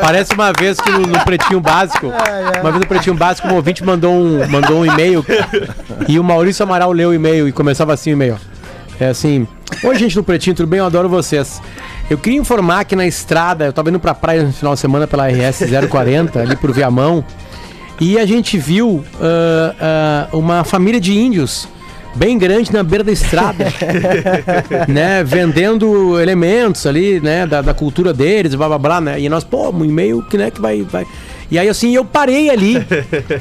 Speaker 8: Parece uma vez que no, no Pretinho Básico, uma vez no Pretinho Básico, um ouvinte mandou um, mandou um e-mail e o Maurício Amaral leu o e-mail e começava assim o e-mail. É assim, Oi gente do Pretinho, tudo bem? Eu adoro vocês. Eu queria informar que na estrada, eu tava indo pra praia no final de semana pela RS 040, ali por Viamão, e a gente viu ah, ah, uma família de índios bem grande na beira da estrada né, vendendo elementos ali, né, da, da cultura deles, blá blá blá, né? E nós, pô, um e-mail que, né, que vai, vai. E aí, assim, eu parei ali.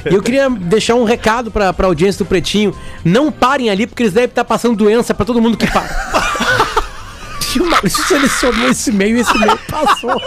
Speaker 8: e eu queria deixar um recado pra, pra audiência do Pretinho: não parem ali, porque eles devem estar passando doença pra todo mundo que para. E o Maurício selecionou esse e-mail e esse e-mail passou.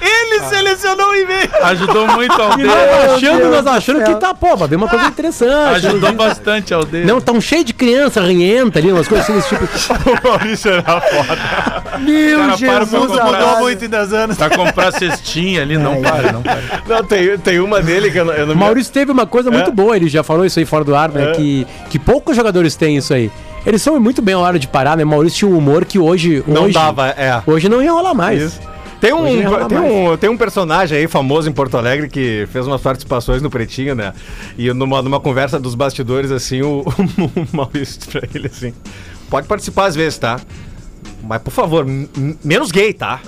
Speaker 3: Ele selecionou o e-mail.
Speaker 5: Ajudou muito ao
Speaker 8: E nós Tá achando, nós achando que tá, pô, mas veio uma coisa
Speaker 7: Tá
Speaker 8: interessante.
Speaker 5: Ajudou bastante ao dedo.
Speaker 8: Não, tão cheio de criança, ranhenta ali, umas coisas assim desse tipo.
Speaker 5: o Maurício era foda.
Speaker 4: Meu
Speaker 5: Cara, para,
Speaker 4: Jesus,
Speaker 5: o mundo mudou
Speaker 4: amado.
Speaker 3: muito em 10 anos.
Speaker 7: Tá
Speaker 5: Pra comprar cestinha ali, não para, não para.
Speaker 6: Não, tem, tem uma dele que eu não, eu não
Speaker 8: O
Speaker 6: me-
Speaker 8: Maurício teve uma coisa
Speaker 6: É.
Speaker 8: muito boa, ele já falou isso aí fora do ar, né? Que, que poucos jogadores têm isso aí. Eles são muito bem a hora de parar, né? Maurício tinha um humor que hoje.
Speaker 6: Não
Speaker 8: hoje,
Speaker 6: dava, é.
Speaker 8: Hoje não ia rolar mais.
Speaker 6: Isso. Tem um,
Speaker 8: Hoje rola
Speaker 6: tem,
Speaker 8: mais.
Speaker 6: um, tem um personagem aí famoso em Porto Alegre que fez umas participações no Pretinho, né? E numa, numa conversa dos bastidores, assim, o, o Maurício disse pra ele assim: pode participar às vezes, tá? Mas, por favor, m- m- menos gay, tá?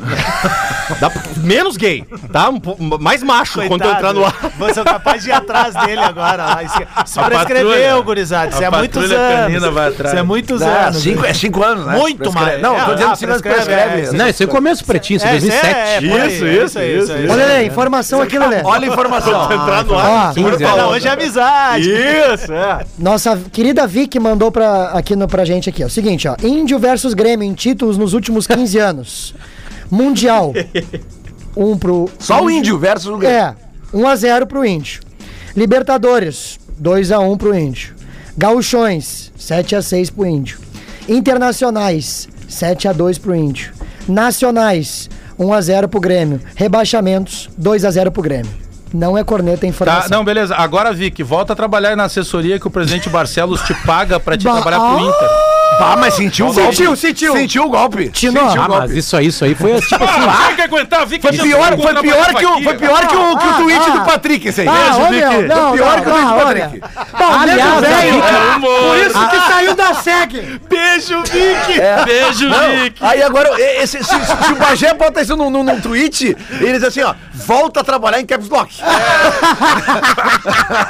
Speaker 6: Dá pra- menos gay, tá? Um po- mais macho quando eu entrar no ar.
Speaker 3: Você é capaz de ir atrás dele agora. Lá. Isso, isso
Speaker 7: A
Speaker 3: prescreveu,
Speaker 7: patrulha.
Speaker 3: gurizada. Isso
Speaker 7: A
Speaker 3: é muitos
Speaker 7: patrulha
Speaker 3: anos.
Speaker 7: canina vai atrás.
Speaker 3: Isso é muitos
Speaker 2: Ah,
Speaker 3: anos.
Speaker 2: cinco, é cinco anos, né?
Speaker 3: Muito
Speaker 2: Prescreve-
Speaker 3: mais.
Speaker 2: Não, eu tô
Speaker 3: É,
Speaker 2: dizendo
Speaker 3: ah,
Speaker 2: cinco anos
Speaker 3: prescreve,
Speaker 2: prescreve.
Speaker 3: é,
Speaker 2: né?
Speaker 8: Não, isso aí é começo pretinho, isso é
Speaker 3: É, isso
Speaker 8: 2007.
Speaker 3: é, é, por aí,
Speaker 6: Isso,
Speaker 3: é
Speaker 6: isso,
Speaker 3: aí,
Speaker 6: isso,
Speaker 3: aí.
Speaker 6: isso.
Speaker 4: Ô, Lelê, informação aqui, Lelê.
Speaker 2: Olha a informação.
Speaker 6: entrar no
Speaker 4: Ó,
Speaker 6: Segura o
Speaker 3: Não,
Speaker 6: balão.
Speaker 3: hoje é amizade.
Speaker 6: Isso, é.
Speaker 4: Nossa querida Vicky mandou pra, aqui no, pra gente aqui, ó. Seguinte, ó. Índio versus Grêmio em títulos nos últimos 15 anos. Mundial. Um pro.
Speaker 2: Só o índio versus o Grêmio.
Speaker 4: É. 1x0 pro Índio. Libertadores. 2x1 pro Índio. Gauchões. 7x6 pro Índio. Internacionais. 7x2 pro Índio. Nacionais. 1x0 pro Grêmio. Rebaixamentos. 2x0 pro Grêmio. Não é corneta a
Speaker 7: Tá,
Speaker 4: informação.
Speaker 7: não, beleza. Agora, Vic, volta a trabalhar na assessoria que o presidente Barcelos te paga pra te
Speaker 4: Ba-
Speaker 7: trabalhar pro
Speaker 4: Ah!
Speaker 7: Inter.
Speaker 2: Ah, mas sentiu o golpe. Sentiu, sentiu. Sentiu o golpe.
Speaker 4: Tino.
Speaker 2: Sentiu o
Speaker 8: Ah, mas
Speaker 2: golpe.
Speaker 8: isso aí, isso aí foi tipo assim.
Speaker 7: Tem que aguentar, Vic.
Speaker 2: Foi pior,
Speaker 7: um
Speaker 2: foi pior que o, foi pior que o, que o
Speaker 4: Ah,
Speaker 2: tweet
Speaker 4: ah.
Speaker 2: do Patrick, esse aí.
Speaker 4: Ah,
Speaker 2: Beijo,
Speaker 4: ô,
Speaker 2: Vicky.
Speaker 4: meu, não,
Speaker 2: Foi pior
Speaker 4: não,
Speaker 2: que o tweet
Speaker 4: não,
Speaker 2: do
Speaker 4: ô,
Speaker 2: Patrick.
Speaker 4: Pá, o nego
Speaker 8: Aliás,
Speaker 4: velho,
Speaker 5: é
Speaker 8: aí,
Speaker 4: cara.
Speaker 7: Por isso
Speaker 4: que
Speaker 8: Ah.
Speaker 4: saiu da SEG.
Speaker 7: Beijo, Vic.
Speaker 5: É.
Speaker 7: Beijo, Vic.
Speaker 2: Aí agora, e- esse, se, se- se o Bagé bota isso num, num, num tweet, eles assim, ó, volta a trabalhar em Caps Lock.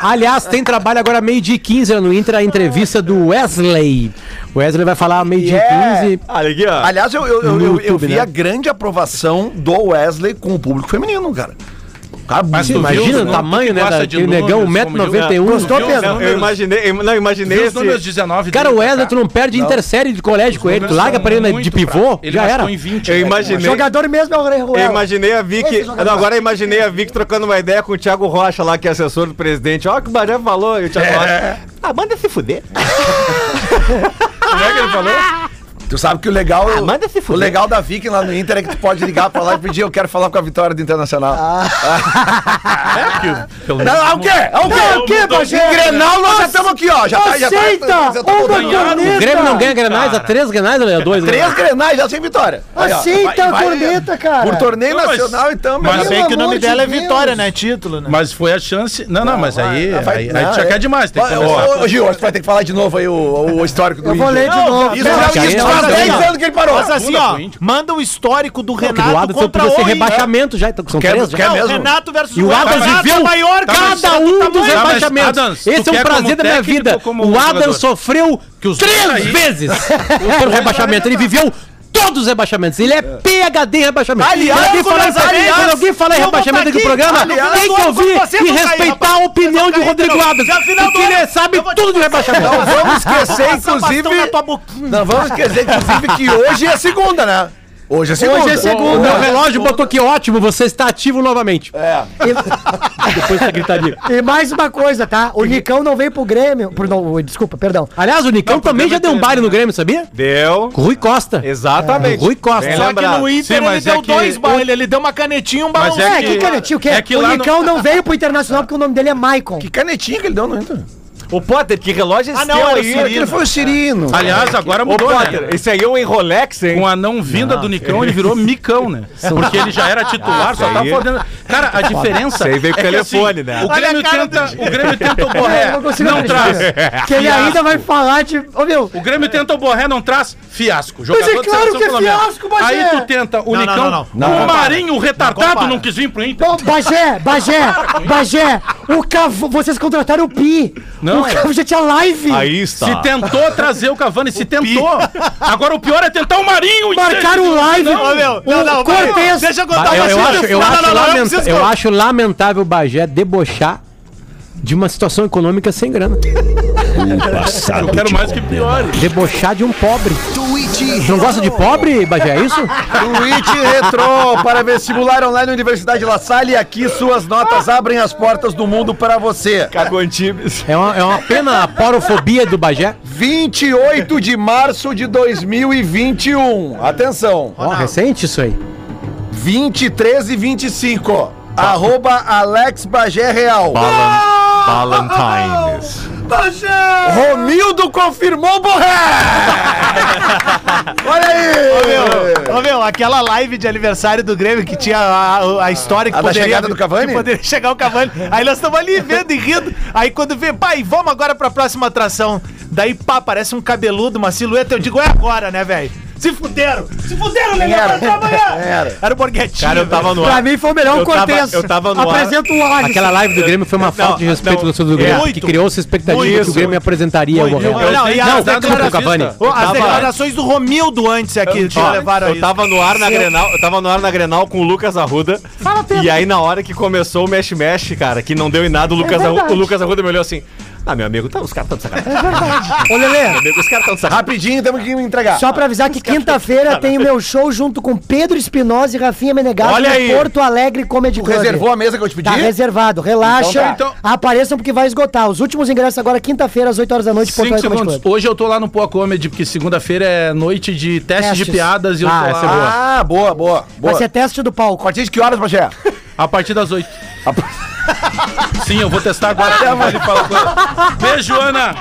Speaker 8: Aliás, tem trabalho agora meio-dia e 15 no Inter, a entrevista do Wesley. O Wesley vai falar meio-dia e
Speaker 2: Yeah.
Speaker 8: 15.
Speaker 6: Olha aqui, ó.
Speaker 2: Aliás, eu, eu, eu,
Speaker 8: No
Speaker 2: eu- eu
Speaker 8: YouTube,
Speaker 2: vi
Speaker 8: né?
Speaker 2: a grande aprovação do Wesley com o público feminino, cara. cara
Speaker 7: Mas
Speaker 2: bonito.
Speaker 7: tu viu?
Speaker 8: Imagina o
Speaker 7: Não,
Speaker 8: tamanho,
Speaker 7: que
Speaker 8: né?
Speaker 7: gosta
Speaker 8: da-
Speaker 7: de
Speaker 8: Aquele negão,
Speaker 5: um
Speaker 7: números, como diz-
Speaker 8: 1,91m. Gostou,
Speaker 7: Viu os
Speaker 8: Pedro?
Speaker 6: Não, eu
Speaker 7: números?
Speaker 6: imaginei, eu- não, eu imaginei
Speaker 7: Viu os
Speaker 6: esse-
Speaker 7: números 19
Speaker 8: Cara, o
Speaker 7: dele,
Speaker 8: Wesley, tu não perde intersérie de colégio com ele. Tu larga pra ele
Speaker 5: né?
Speaker 8: na- de
Speaker 7: Muito
Speaker 8: pivô,
Speaker 7: fraco. Ele
Speaker 8: já era.
Speaker 7: gastou em 20.
Speaker 6: Eu
Speaker 7: né?
Speaker 6: imaginei.
Speaker 4: Jogador mesmo é o Rei
Speaker 6: Eu imaginei a Vic.
Speaker 4: Esse jogador.
Speaker 6: Não, agora eu imaginei a Vic trocando uma ideia com o Thiago Rocha lá, que é assessor do presidente. Olha o que o Baré falou. E o Thiago Rocha. Ah, manda se fuder.
Speaker 7: Como é que ele falou?
Speaker 2: Tu sabe que o legal.
Speaker 6: manda se
Speaker 2: o
Speaker 6: fuder.
Speaker 2: legal da Viking lá no Inter é que tu pode ligar pra lá e pedir, eu quero falar com a vitória do Internacional.
Speaker 7: Pelo um
Speaker 2: Não, ah, o quê? Ah, o quê?
Speaker 4: Ah, o quê, Bagé?
Speaker 2: Em Grenal nós já estamos aqui, ó. Já tá- já tá-
Speaker 4: Aceita
Speaker 2: já tá
Speaker 4: uma
Speaker 2: voltando.
Speaker 4: corneta.
Speaker 8: O Grêmio não ganha grenais, há três grenais, olha, dois
Speaker 2: Três grenais já sem vitória. Aí, ó,
Speaker 4: Aceita
Speaker 2: vai-
Speaker 4: a
Speaker 2: vai-
Speaker 4: corneta, cara.
Speaker 2: Por torneio
Speaker 7: Não, mas-
Speaker 2: nacional, então,
Speaker 7: mas
Speaker 2: beleza.
Speaker 3: Ainda bem que o
Speaker 4: Pelo amor
Speaker 3: nome
Speaker 4: de
Speaker 3: dela é
Speaker 4: Deus.
Speaker 3: Vitória, né? Título, né?
Speaker 7: É. Mas foi a chance. Não, não, mas aí.
Speaker 2: Vai-
Speaker 7: Aí
Speaker 2: não,
Speaker 7: aí tu já
Speaker 2: é-
Speaker 7: quer demais. Tem que
Speaker 2: Ô,
Speaker 7: conversar.
Speaker 2: ô, ô, Gil, acho que vai ter que falar de novo aí o, o histórico do
Speaker 4: Eu vou
Speaker 2: Inter.
Speaker 4: ler de novo.
Speaker 2: Isso
Speaker 4: Não,
Speaker 2: já
Speaker 8: que aí
Speaker 2: isso
Speaker 8: não
Speaker 2: faz
Speaker 8: dá,
Speaker 2: 10
Speaker 8: não.
Speaker 2: anos que ele parou.
Speaker 3: Mas assim,
Speaker 7: bunda
Speaker 3: ó,
Speaker 7: pro Índio.
Speaker 3: manda o histórico do
Speaker 8: Porque do
Speaker 3: Renato
Speaker 8: Adson
Speaker 3: contra
Speaker 8: podia
Speaker 3: o
Speaker 8: ser
Speaker 3: Inter.
Speaker 8: rebaixamento já, então, que são
Speaker 2: Quer-
Speaker 8: três já.
Speaker 2: quer- É
Speaker 3: Não,
Speaker 2: mesmo?
Speaker 3: Renato versus
Speaker 8: E o Adams
Speaker 3: Renato
Speaker 8: viveu
Speaker 3: tá maior que
Speaker 7: mas-
Speaker 8: cada um dos
Speaker 7: mas,
Speaker 8: rebaixamentos.
Speaker 7: Adams, tu
Speaker 8: Esse é um
Speaker 7: quer
Speaker 8: prazer
Speaker 7: como
Speaker 8: da minha
Speaker 7: técnico
Speaker 8: vida.
Speaker 7: ou como
Speaker 8: O
Speaker 7: jogador?
Speaker 8: Adams sofreu
Speaker 7: os dois
Speaker 8: três
Speaker 7: aí-
Speaker 8: vezes pelo rebaixamento. Ele viveu todos os rebaixamentos. Ele é PHD em rebaixamento.
Speaker 2: Aliás,
Speaker 8: quando alguém falar, em-
Speaker 2: aliás,
Speaker 8: quando alguém falar em
Speaker 3: eu vou
Speaker 8: rebaixamento
Speaker 3: tá
Speaker 8: aqui no
Speaker 3: aqui.
Speaker 8: programa,
Speaker 3: Aliás,
Speaker 8: tem que
Speaker 3: quando
Speaker 8: ouvir
Speaker 3: vocês
Speaker 8: e
Speaker 3: vão cair,
Speaker 8: respeitar
Speaker 3: rapaz.
Speaker 8: a opinião
Speaker 3: Vocês
Speaker 8: de
Speaker 3: vão cair,
Speaker 8: Rodrigo
Speaker 3: então.
Speaker 8: Adams.
Speaker 3: Já final
Speaker 8: Porque
Speaker 3: do
Speaker 8: ele
Speaker 3: ano,
Speaker 8: sabe
Speaker 3: eu vou te
Speaker 8: tudo de rebaixamento.
Speaker 2: Não vamos esquecer,
Speaker 3: Passar o bastão na
Speaker 2: inclusive.
Speaker 3: tua boquinha.
Speaker 2: Não vamos esquecer, inclusive, que hoje é segunda, né? Hoje é segunda.
Speaker 4: Hoje é
Speaker 8: O
Speaker 4: segunda.
Speaker 8: meu relógio botou que ótimo, você está ativo novamente.
Speaker 4: É.
Speaker 8: Depois da gritaria.
Speaker 4: E mais uma coisa, tá? O Nicão não veio pro Grêmio. Pro, não, o- desculpa, perdão.
Speaker 8: Aliás, o Nicão
Speaker 7: Não,
Speaker 8: também já
Speaker 7: programa
Speaker 8: deu um
Speaker 6: é
Speaker 7: inteiro,
Speaker 8: baile no Grêmio, sabia?
Speaker 6: Deu.
Speaker 8: Com o Rui Costa.
Speaker 6: Exatamente.
Speaker 4: É,
Speaker 8: Rui Costa.
Speaker 6: Bem
Speaker 8: Só que
Speaker 6: lembrado.
Speaker 3: no Inter
Speaker 7: Sim,
Speaker 3: ele
Speaker 7: mas é
Speaker 3: deu
Speaker 7: que-
Speaker 3: dois bailes, ele deu uma canetinha e um balão.
Speaker 7: Mas é
Speaker 4: É, que canetinho, o quê?
Speaker 7: é que
Speaker 4: o
Speaker 7: lá
Speaker 4: Nicão não... veio pro Internacional porque o nome dele é Maicon.
Speaker 2: Que canetinha que ele deu no Inter.
Speaker 6: O Potter, que relógio é esse
Speaker 3: Ah, não,
Speaker 6: teu
Speaker 3: é o
Speaker 6: aí?
Speaker 3: Cirino.
Speaker 2: Aquele foi o Cirino.
Speaker 7: Aliás, agora
Speaker 6: Ô,
Speaker 7: mudou, né?
Speaker 6: Potter, esse aí é um Rolex, hein?
Speaker 7: Com a não vinda do Nicão, ele virou Micão, né? Porque ele já era
Speaker 4: Ah,
Speaker 7: titular, só
Speaker 6: isso
Speaker 7: tá
Speaker 6: aí-
Speaker 7: podendo. Cara, a diferença.
Speaker 6: Isso aí veio com
Speaker 7: é que,
Speaker 6: telefone, né?
Speaker 7: O
Speaker 3: Olha a
Speaker 7: Grêmio,
Speaker 3: cara
Speaker 7: tenta,
Speaker 3: do-
Speaker 7: o Grêmio tenta o Borré.
Speaker 4: Eu não consigo
Speaker 7: Não
Speaker 4: acreditar.
Speaker 7: traz.
Speaker 4: Que ele ainda vai falar de. Ô meu,
Speaker 7: O Grêmio tenta o Borré, não traz fiasco.
Speaker 4: é
Speaker 7: Jogador de
Speaker 4: claro
Speaker 7: seleção
Speaker 4: que é
Speaker 7: colombiana.
Speaker 4: fiasco, Bagé.
Speaker 7: Aí tu tenta o
Speaker 3: Não, não,
Speaker 7: Nicão.
Speaker 3: não, não.
Speaker 7: o Marinho, o retardado,
Speaker 3: compara.
Speaker 7: não, quis vir pro Inter.
Speaker 4: ô, Bagé, Bagé, Bagé, o Cavo. Vocês contrataram o Pi.
Speaker 7: Não,
Speaker 4: o
Speaker 7: é.
Speaker 4: Cavo já tinha live.
Speaker 6: Aí está.
Speaker 7: Se tentou trazer Tá. o Cavani, se tentou. Agora o pior é tentar o Marinho.
Speaker 4: Marcaram live.
Speaker 3: Ô, meu, não,
Speaker 4: é o
Speaker 3: não, vai,
Speaker 4: Cortez.
Speaker 3: deixa eu contar
Speaker 8: Ba- eu,
Speaker 3: uma
Speaker 8: eu
Speaker 3: história.
Speaker 8: acho, eu
Speaker 3: Não,
Speaker 8: acho
Speaker 3: não, não, não,
Speaker 8: lamen-
Speaker 3: eu preciso
Speaker 8: eu
Speaker 3: contar.
Speaker 8: acho lamentável o Bagé debochar de uma situação econômica sem grana.
Speaker 1: Passado
Speaker 7: Eu quero
Speaker 1: de
Speaker 7: mais que piore.
Speaker 8: Debochar de um pobre. Tu não gosta de pobre, Bagé? É isso?
Speaker 2: Twitch Retro para vestibular online Universidade La Salle. Aqui suas notas abrem as portas do mundo para você.
Speaker 6: Cagontibes.
Speaker 8: É uma, é uma pena a porofobia do Bagé.
Speaker 2: 28 de março de 2021. Atenção.
Speaker 8: Ó, recente isso aí.
Speaker 2: 23 e 25. Arroba Alex Bagé Real.
Speaker 6: Valentines.
Speaker 2: Romildo confirmou Borré! Olha aí!
Speaker 3: Ô, meu, ô, meu, aquela live de aniversário do Grêmio que tinha a, a história que
Speaker 2: A da chegada do Cavani?
Speaker 3: que poderia chegar o Cavani. Aí nós estamos ali vendo e rindo. Aí quando vê, pai, vamos agora pra próxima atração. Daí, pá, parece um cabeludo, uma silhueta. Eu digo, é agora, né, velho? Se fuderam! Se fuderam, Lelê,
Speaker 2: Era.
Speaker 3: pra trabalhar!
Speaker 2: Era.
Speaker 3: o Borghetti.
Speaker 6: Cara, eu tava no
Speaker 4: Pra mim foi o melhor
Speaker 6: Eu tava-
Speaker 4: Cortez.
Speaker 6: eu tava no ar.
Speaker 4: Apresenta o Alisson.
Speaker 8: Aquela live do Grêmio foi uma
Speaker 6: Não,
Speaker 8: falta de respeito
Speaker 6: não,
Speaker 8: com o torcedor
Speaker 6: é.
Speaker 8: do Grêmio, que
Speaker 3: Muito.
Speaker 8: criou essa expectativa
Speaker 3: Muito.
Speaker 8: de que o Grêmio apresentaria
Speaker 3: Muito.
Speaker 8: o governo.
Speaker 3: Eu- eu- eu- eu-
Speaker 8: desculpa,
Speaker 3: eu-
Speaker 8: Cavani.
Speaker 3: Ô, As declarações do Romildo antes aqui te
Speaker 6: Ó,
Speaker 3: levaram a
Speaker 6: eu
Speaker 3: isso.
Speaker 6: tava no ar na Grenal, eu tava no ar na Grenal com o Lucas Arruda. E aí na hora que começou o mexe mexe, cara, que não deu em nada, o
Speaker 3: É
Speaker 6: Lucas, Arru- o Lucas Arruda me olhou assim: "Ah, meu amigo, tá, os caras estão de
Speaker 4: É
Speaker 6: sacanagem.
Speaker 4: Ô, Lelê.
Speaker 6: Meu amigo, os caras estão de sacanagem."
Speaker 2: Rapidinho, temos que entregar.
Speaker 4: Só pra avisar que quinta-feira tem o meu show junto com Pedro Espinosa e Rafinha Menegasso
Speaker 6: Olha aí.
Speaker 4: Porto Alegre Comedy
Speaker 2: Tu
Speaker 4: Club.
Speaker 2: reservou a mesa que eu te pedi?
Speaker 4: Tá reservado, relaxa.
Speaker 5: Então tá.
Speaker 4: Apareçam porque vai esgotar. Os últimos ingressos agora, quinta-feira, às 8 horas da noite, Porto
Speaker 5: Cinco
Speaker 4: Alegre Comedy
Speaker 5: segundos.
Speaker 4: Club.
Speaker 5: Hoje eu tô lá no Poa Comedy, porque segunda-feira é noite de teste de
Speaker 4: Testes.
Speaker 5: piadas e eu
Speaker 8: Ah,
Speaker 5: tô
Speaker 8: essa é
Speaker 5: lá
Speaker 8: boa.
Speaker 2: Ah, boa, boa.
Speaker 4: Vai
Speaker 2: boa.
Speaker 4: ser teste do palco.
Speaker 2: Cortinho de que horas, Bagé?
Speaker 5: a partir das oito. Sim, eu vou testar agora. Até a Beijo, Ana!